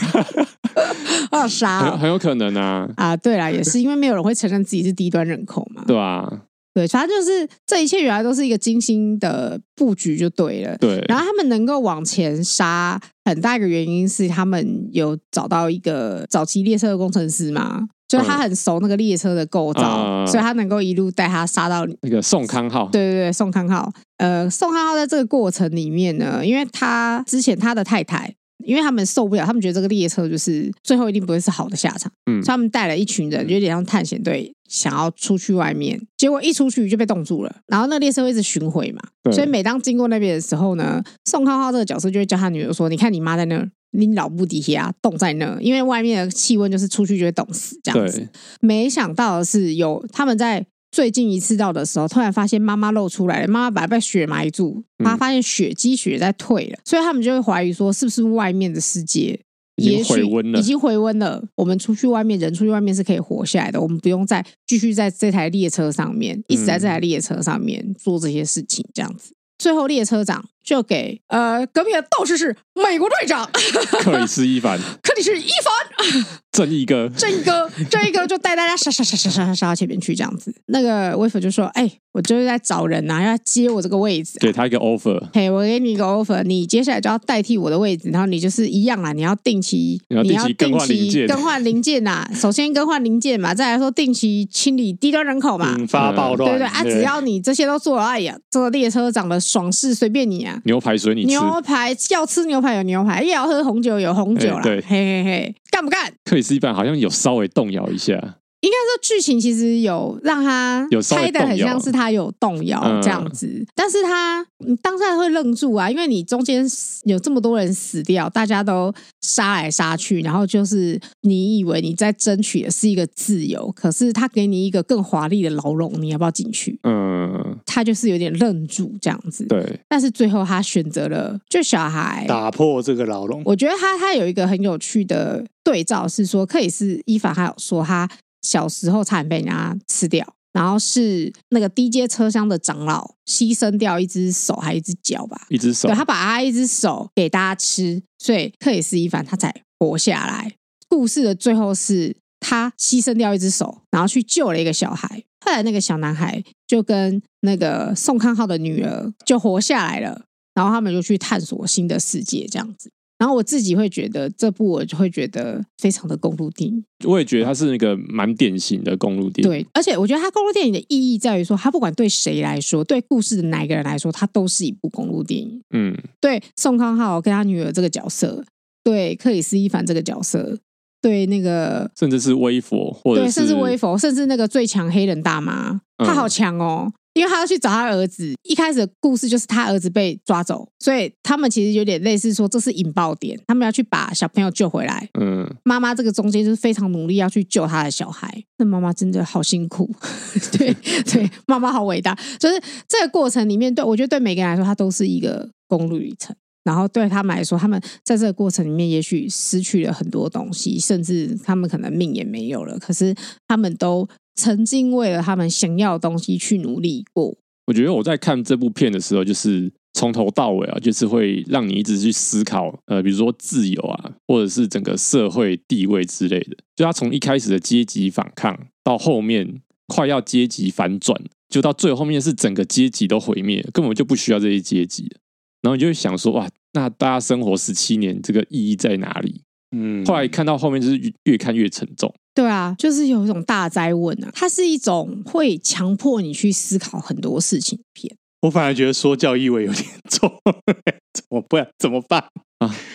S1: 二杀
S2: 很
S1: 了
S2: 很有可能啊，
S1: 啊！对啦，也是因为没有人会承认自己是低端人口嘛。
S2: 对吧？
S1: 对，反正就是这一切原来都是一个精心的布局就对了。
S2: 对，
S1: 然后他们能够往前杀，很大一个原因是他们有找到一个早期列车的工程师嘛，就是他很熟那个列车的构造，
S2: 嗯
S1: 所以他能够一路带他杀到
S2: 那个宋康昊，
S1: 对对对，宋康昊，呃，宋康昊在这个过程里面呢，因为他之前他的太太，因为他们受不了，他们觉得这个列车就是最后一定不会是好的下场，
S2: 嗯
S1: 所以他们带了一群人，有点像探险队，想要出去外面，结果一出去就被冻住了，然后那个列车会一直巡回嘛，
S2: 对
S1: 所以每当经过那边的时候呢，宋康昊这个角色就会叫他女儿说：“你看你妈在那儿。”你老不底下啊冻在那儿，因为外面的气温就是出去就会冻死这样子。
S2: 对，
S1: 没想到的是有他们在最近一次到的时候，突然发现妈妈露出来了，妈妈把被雪埋住，
S2: 嗯
S1: 妈发现血积雪在退了，所以他们就会怀疑说，是不是外面的世界
S2: 已经
S1: 也许
S2: 回温了
S1: 已经回温了。我们出去外面，人出去外面是可以活下来的，我们不用再继续在这台列车上面，一直在
S2: 嗯
S1: 这台列车上面做这些事情，这样子。最后，列车长就给呃革命的斗士是美国队长
S2: 克里斯·伊凡，
S1: 克里斯伊凡
S2: 正义哥，
S1: 正 哥，正一哥就带大家杀杀杀杀杀杀杀到前面去这样子。那个 wafer 就说：“哎、我就是在找人呐、啊，要接我这个位置、啊。
S2: 给他一个 offer，
S1: 嘿，我给你一个 offer，你接下来就要代替我的位置，然后你就是一样啊啦，你要定期，
S2: 你要定期更
S1: 定
S2: 换零
S1: 期
S2: 件
S1: 更换零件呐，首先更换零件嘛，再来说定期清理低端人口嘛，
S2: 嗯
S3: 引发暴
S1: 对
S3: 乱，
S1: 不对啊？只要你这些都做了，哎呀，这个列车长的爽事随便你啊，
S2: 牛排随你吃，
S1: 牛排要吃牛排有牛排，要喝红酒有红酒啦，
S2: 哎对
S1: 嘿嘿嘿，干不干？
S2: 克里斯一半好像有稍微动摇一下，
S1: 应该说剧情其实有让他
S2: 有稍微
S1: 拍的很
S2: 动摇
S1: 像是他有动摇
S2: 嗯
S1: 这样子，但是他你当下会愣住啊，因为你中间有这么多人死掉，大家都杀来杀去，然后就是你以为你在争取的是一个自由，可是他给你一个更华丽的牢笼，你要不要进去？
S2: 嗯，
S1: 他就是有点愣住这样子，
S2: 对，
S1: 但是最后他选择了就小孩
S3: 打破这个牢笼。
S1: 我觉得他他有一个很有趣的对照是说，克里斯伊凡他有说他小时候差点被人家吃掉，然后是那个低阶车厢的长老牺牲掉一只手还一只脚吧，
S2: 一只手
S1: 对，他把他一只手给大家吃，所以克里斯伊凡他才活下来。故事的最后是他牺牲掉一只手，然后去救了一个小孩。后来那个小男孩就跟那个宋康昊的女儿就活下来了，然后他们就去探索新的世界这样子。然后我自己会觉得这部我就会觉得非常的公路电影，
S2: 我也觉得他是那个蛮典型的公路电影，
S1: 对，而且我觉得它公路电影的意义在于说，它不管对谁来说，对故事的哪一个人来说，它都是一部公路电影。
S2: 嗯，
S1: 对宋康昊跟他女儿这个角色，对克里斯伊凡这个角色，对那个
S2: 甚至是微佛，或者
S1: 对，
S2: 是
S1: 甚至微佛，甚至那个最强黑人大妈，
S2: 嗯
S1: 她好强哦。因为她要去找她儿子，一开始的故事就是她儿子被抓走，所以他们其实有点类似说这是引爆点，他们要去把小朋友救回来。
S2: 嗯，
S1: 妈妈这个中间就是非常努力要去救她的小孩，那妈妈真的好辛苦， 对对，妈妈好伟大。就是这个过程里面，对我觉得对每个人来说，它都是一个公路旅程。然后对他们来说，他们在这个过程里面，也许失去了很多东西，甚至他们可能命也没有了。可是他们都曾经为了他们想要的东西去努力过。
S2: 我觉得我在看这部片的时候，就是从头到尾啊，就是会让你一直去思考，呃，比如说自由啊，或者是整个社会地位之类的。就他从一开始的阶级反抗，到后面快要阶级反转，就到最后面是整个阶级都毁灭，根本就不需要这些阶级了。然后你就会想说，哇，那大家生活十七年，这个意义在哪里？
S3: 嗯，
S2: 后来看到后面就是越越看越沉重，
S1: 对啊，就是有一种大灾问啊，它是一种会强迫你去思考很多事情的片。
S3: 我反而觉得说教意味有点重， 怎么办？怎么办？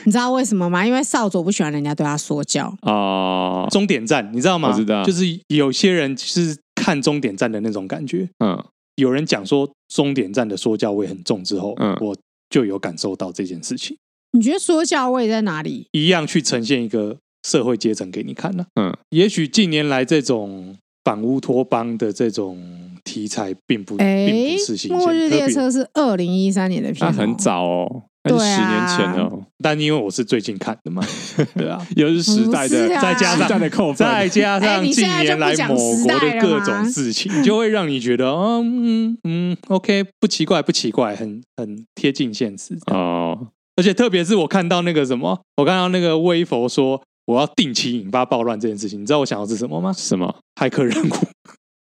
S1: 你知道为什么吗？因为少佐不喜欢人家对他说教。
S2: 啊、
S3: 终点站，你知道吗？
S2: 我知道
S3: 就是有些人是看终点站的那种感觉。
S2: 嗯，
S3: 有人讲说终点站的说教味很重之后，
S2: 嗯
S3: 我就有感受到这件事情，
S1: 你觉得说教味在哪里？
S3: 一样去呈现一个社会阶层给你看呢、
S2: 嗯，
S3: 也许近年来这种反乌托邦的这种题材并不、
S1: 哎
S3: 并不
S1: 《
S3: 是，新
S1: 末日
S3: 鲜，
S1: 列
S3: 可比
S1: 车》是二零一三年的片、
S2: 那
S1: 哦，
S2: 啊很。早哦，那是
S1: 对
S2: 十
S1: 啊
S2: 年前哦。
S3: 但因为我是最近看的 嘛，对啊，
S2: 又是时代的
S1: 不是啊
S3: 再加上
S2: 时代的扣分，
S3: 再加上
S1: 哎你
S3: 近
S1: 现在就
S3: 年
S1: 不
S3: 来
S1: 讲
S3: 某
S1: 时
S3: 国
S1: 代
S3: 的
S1: 了
S3: 各
S1: 吗
S3: 种事情，就会让你觉得，哦嗯嗯，OK，不奇怪，不奇怪，很很贴近现实。
S2: 哦，
S3: 而且特别是我看到那个什么，我看到那个微佛说我要定期引发暴乱这件事情，你知道我想的是什么吗？
S2: 什么？
S3: 骇客任务。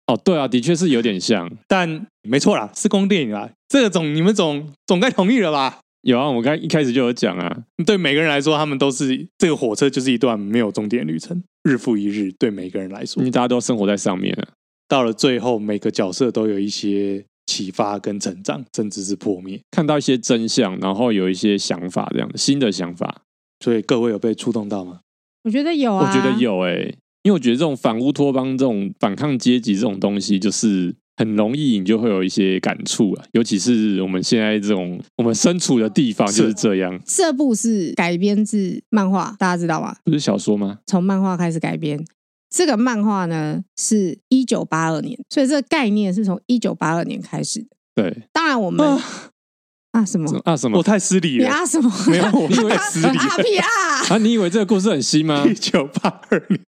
S2: 哦，对啊，的确是有点像。
S3: 但没错啦，是宫电影啦，这种你们总总该同意了吧？
S2: 有啊，我刚一开始就有讲啊，
S3: 对每个人来说，他们都是这个火车就是一段没有终点旅程，日复一日。对每个人来说
S1: 嗯
S2: 因为，大家都生活在上面啊。
S3: 到了最后，每个角色都有一些启发跟成长，甚至是破灭。
S2: 看到一些真相，然后有一些想法，这样的新的想法，
S3: 所以各位有被触动到吗？
S1: 我觉得有
S2: 我
S1: 啊，
S2: 觉得。有诶、因为我觉得这种反乌托邦、这种反抗阶级这种东西，就是很容易你就会有一些感触啊。尤其是我们现在这种我们身处的地方就是这样，
S1: 这部是改编自漫画，大家知道吗？
S2: 不是小说吗？
S1: 从漫画开始改编。这个漫画呢是一九八二年，所以这个概念是从一九八二年开始的。
S2: 对，
S1: 当然，我们啊什
S2: 什么
S1: 么？
S2: 啊什么
S3: 我太失礼
S1: 你
S3: 了。
S1: 啊什么？
S3: 没有，我
S2: 以为
S3: 太失礼。
S1: 啊屁啊！
S2: 啊？你以为这个故事很 新吗？
S3: 一九八二年，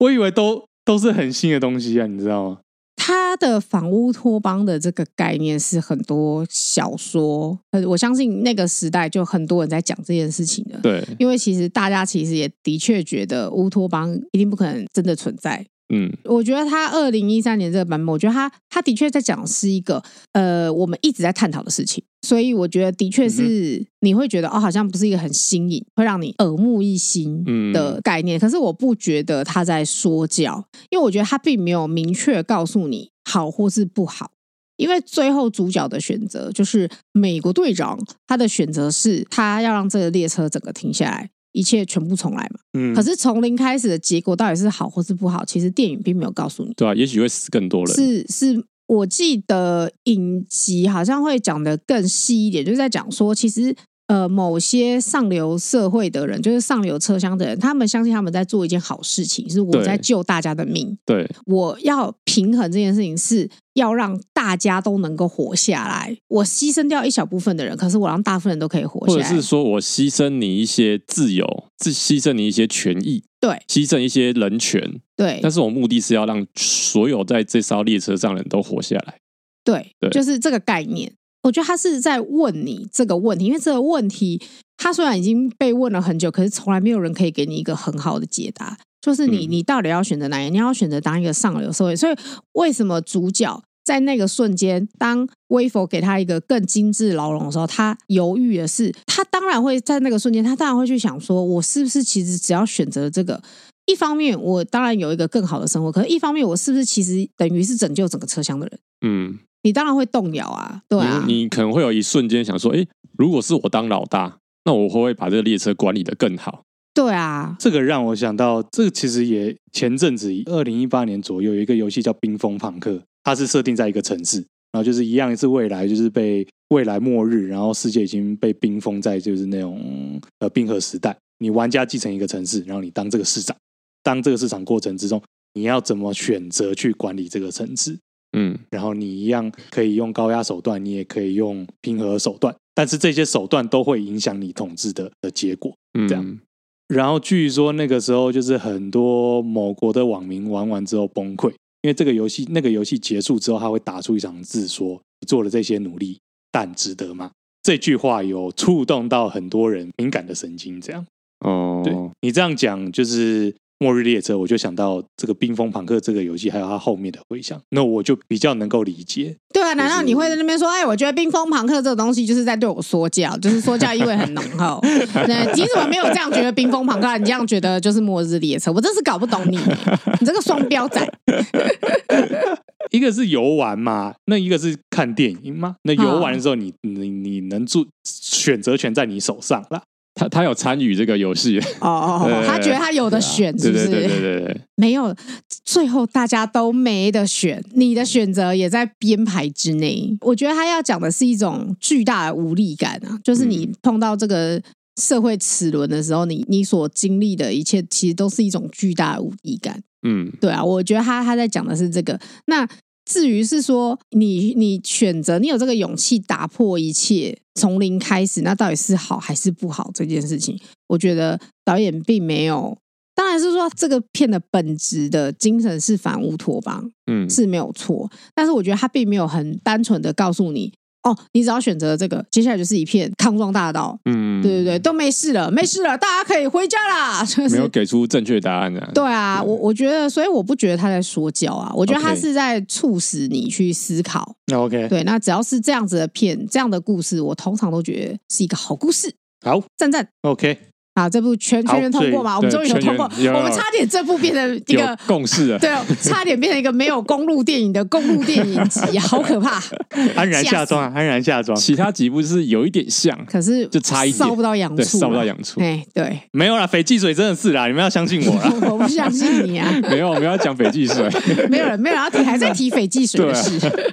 S3: 我以为都都是很新的东西啊，你知道吗？
S1: 他的反乌托邦的这个概念是很多小说，呃我相信那个时代就很多人在讲这件事情的。
S2: 对，
S1: 因为其实大家其实也的确觉得乌托邦一定不可能真的存在。
S2: 嗯，
S1: 我觉得他二零一三年这个版本，我觉得他他的确在讲是一个呃我们一直在探讨的事情，所以我觉得的确是你会觉得哦好像不是一个很新颖，会让你耳目一新
S2: 嗯
S1: 的概念。可是我不觉得他在说教，因为我觉得他并没有明确告诉你好或是不好。因为最后主角的选择就是美国队长，他的选择是他要让这个列车整个停下来，一切全部重来嘛。
S3: 嗯
S1: 可是从零开始的结果到底是好或是不好，其实电影并没有告诉你。
S2: 对啊，也许会死更多人。
S1: 是是，我记得影集好像会讲的更细一点，就是在讲说，其实呃，某些上流社会的人，就是上流车厢的人，他们相信他们在做一件好事情，是我
S2: 对
S1: 在救大家的命。
S2: 对，
S1: 我要平衡这件事情，是要让大家都能够活下来。我牺牲掉一小部分的人，可是我让大部分人都可以活
S2: 或
S1: 下
S2: 者
S1: 来。
S2: 是说我牺牲你一些自由，自牺牲你一些权益，
S1: 对
S2: 牺牲一些人权，
S1: 对，
S2: 但是我目的是要让所有在这艘列车上的人都活下来。
S1: 对，
S2: 对
S1: 就是这个概念。我觉得他是在问你这个问题，因为这个问题他虽然已经被问了很久，可是从来没有人可以给你一个很好的解答。就是你，
S2: 嗯
S1: 你到底要选择哪一个？你要选择当一个上流社会，所以为什么主角在那个瞬间，当威佛给他一个更精致牢笼的时候，他犹豫的是，他当然会在那个瞬间，他当然会去想说，我是不是其实只要选择了这个，一方面我当然有一个更好的生活，可是一方面我是不是其实等于是拯救整个车厢的人？
S2: 嗯，
S1: 你当然会动摇啊，对啊，
S2: 你你可能会有一瞬间想说，诶，如果是我当老大，那我会不会把这个列车管理的更好？
S1: 对啊，
S3: 这个让我想到，这个其实也前阵子二零一八年左右有一个游戏叫《冰封朋克》，它是设定在一个城市，然后就是一样是未来，就是被未来末日，然后世界已经被冰封在就是那种呃冰河时代。你玩家继承一个城市，然后你当这个市长，当这个市长过程之中，你要怎么选择去管理这个城市？
S2: 嗯，
S3: 然后你一样可以用高压手段，你也可以用冰河手段，但是这些手段都会影响你统治的的结果。
S2: 嗯
S3: 这样然后据说那个时候就是很多某国的网民玩完之后崩溃，因为这个游戏那个游戏结束之后，他会打出一场字说：“你做了这些努力，但值得吗？”这句话有触动到很多人敏感的神经。这样，对
S2: 哦，
S3: 你这样讲就是《末日列车》，我就想到这个《冰封朋克》这个游戏，还有它后面的回响，那我就比较能够理解。
S1: 对啊，难道你会在那边说，哎，我觉得冰封朋克这个东西就是在对我说教，就是说教意味很浓 厚。那你怎么没有这样觉得冰封朋克？啊你这样觉得就是末日列车？我真是搞不懂你，欸你这个双标 仔。
S3: 一个是游玩嘛，那一个是看电影嘛。那游玩的时候你，你你能做选择权在你手上啦。
S2: 他他有参与这个游戏，
S1: 哦哦哦，
S2: 对
S1: 他觉得他有的选，是
S2: 对啊
S1: 不
S2: 对对对
S1: 是？
S2: 对对，
S1: 没有，最后大家都没得选，你的选择也在编排之内。我觉得他要讲的是一种巨大的无力感啊，就是你碰到这个社会齿轮的时候，你你所经历的一切，其实都是一种巨大的无力感。
S2: 嗯
S1: 对啊，我觉得他他在讲的是这个。那至于是说你你选择你有这个勇气打破一切，从零开始，那到底是好还是不好这件事情，我觉得导演并没有。当然是说这个片的本质的精神是反乌托邦
S2: 嗯，
S1: 是没有错，但是我觉得他并没有很单纯的告诉你，哦，你只要选择这个，接下来就是一片康庄大道，
S2: 嗯，
S1: 对对对，都没事了，没事了，大家可以回家啦，就是
S2: 没有给出正确答案啊。
S1: 对啊，我我觉得，所以我不觉得他在说教啊，我觉得他
S2: OK
S1: 是在促使你去思考。
S3: 那 OK，
S1: 对，那只要是这样子的片，这样的故事，我通常都觉得是一个好故事。
S3: 好
S1: 赞赞
S3: OK，
S1: 啊，这部全
S3: 好
S1: 全员通过嘛，我们
S2: 对
S1: 终于有
S2: 全
S1: 通过，
S2: 员有
S1: 我们差点这部变成一
S2: 有
S1: 个。
S2: 共识啊，
S1: 对哦，差点变成一个没有公路电影的公路电影集，啊好可怕！
S3: 安然
S1: 吓死
S3: 下妆啊，安然下妆。
S2: 其他几部是有一点像，
S1: 可是
S2: 就差一点
S1: 烧不到痒
S2: 对，
S1: 处，
S2: 烧不到。痒处。
S1: 哎，对，
S3: 啊没有啦，斐济水真的是啦，你们要相信我 啦。
S1: 我我不相信你啊！
S2: 没有，我们要讲斐济水。
S1: 没有人，没有人要提，还在提斐济水的
S2: 对啊
S1: 事。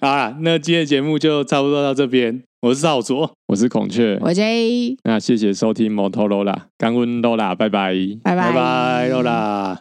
S3: 好啦，那今天的节目就差不多到这边。我是少佐，
S2: 我是孔雀，
S1: 我 J，
S2: 那谢谢收听摩托罗拉，感恩罗拉，拜拜。
S1: 拜
S3: 拜拜，
S1: 拜
S3: 肉啦。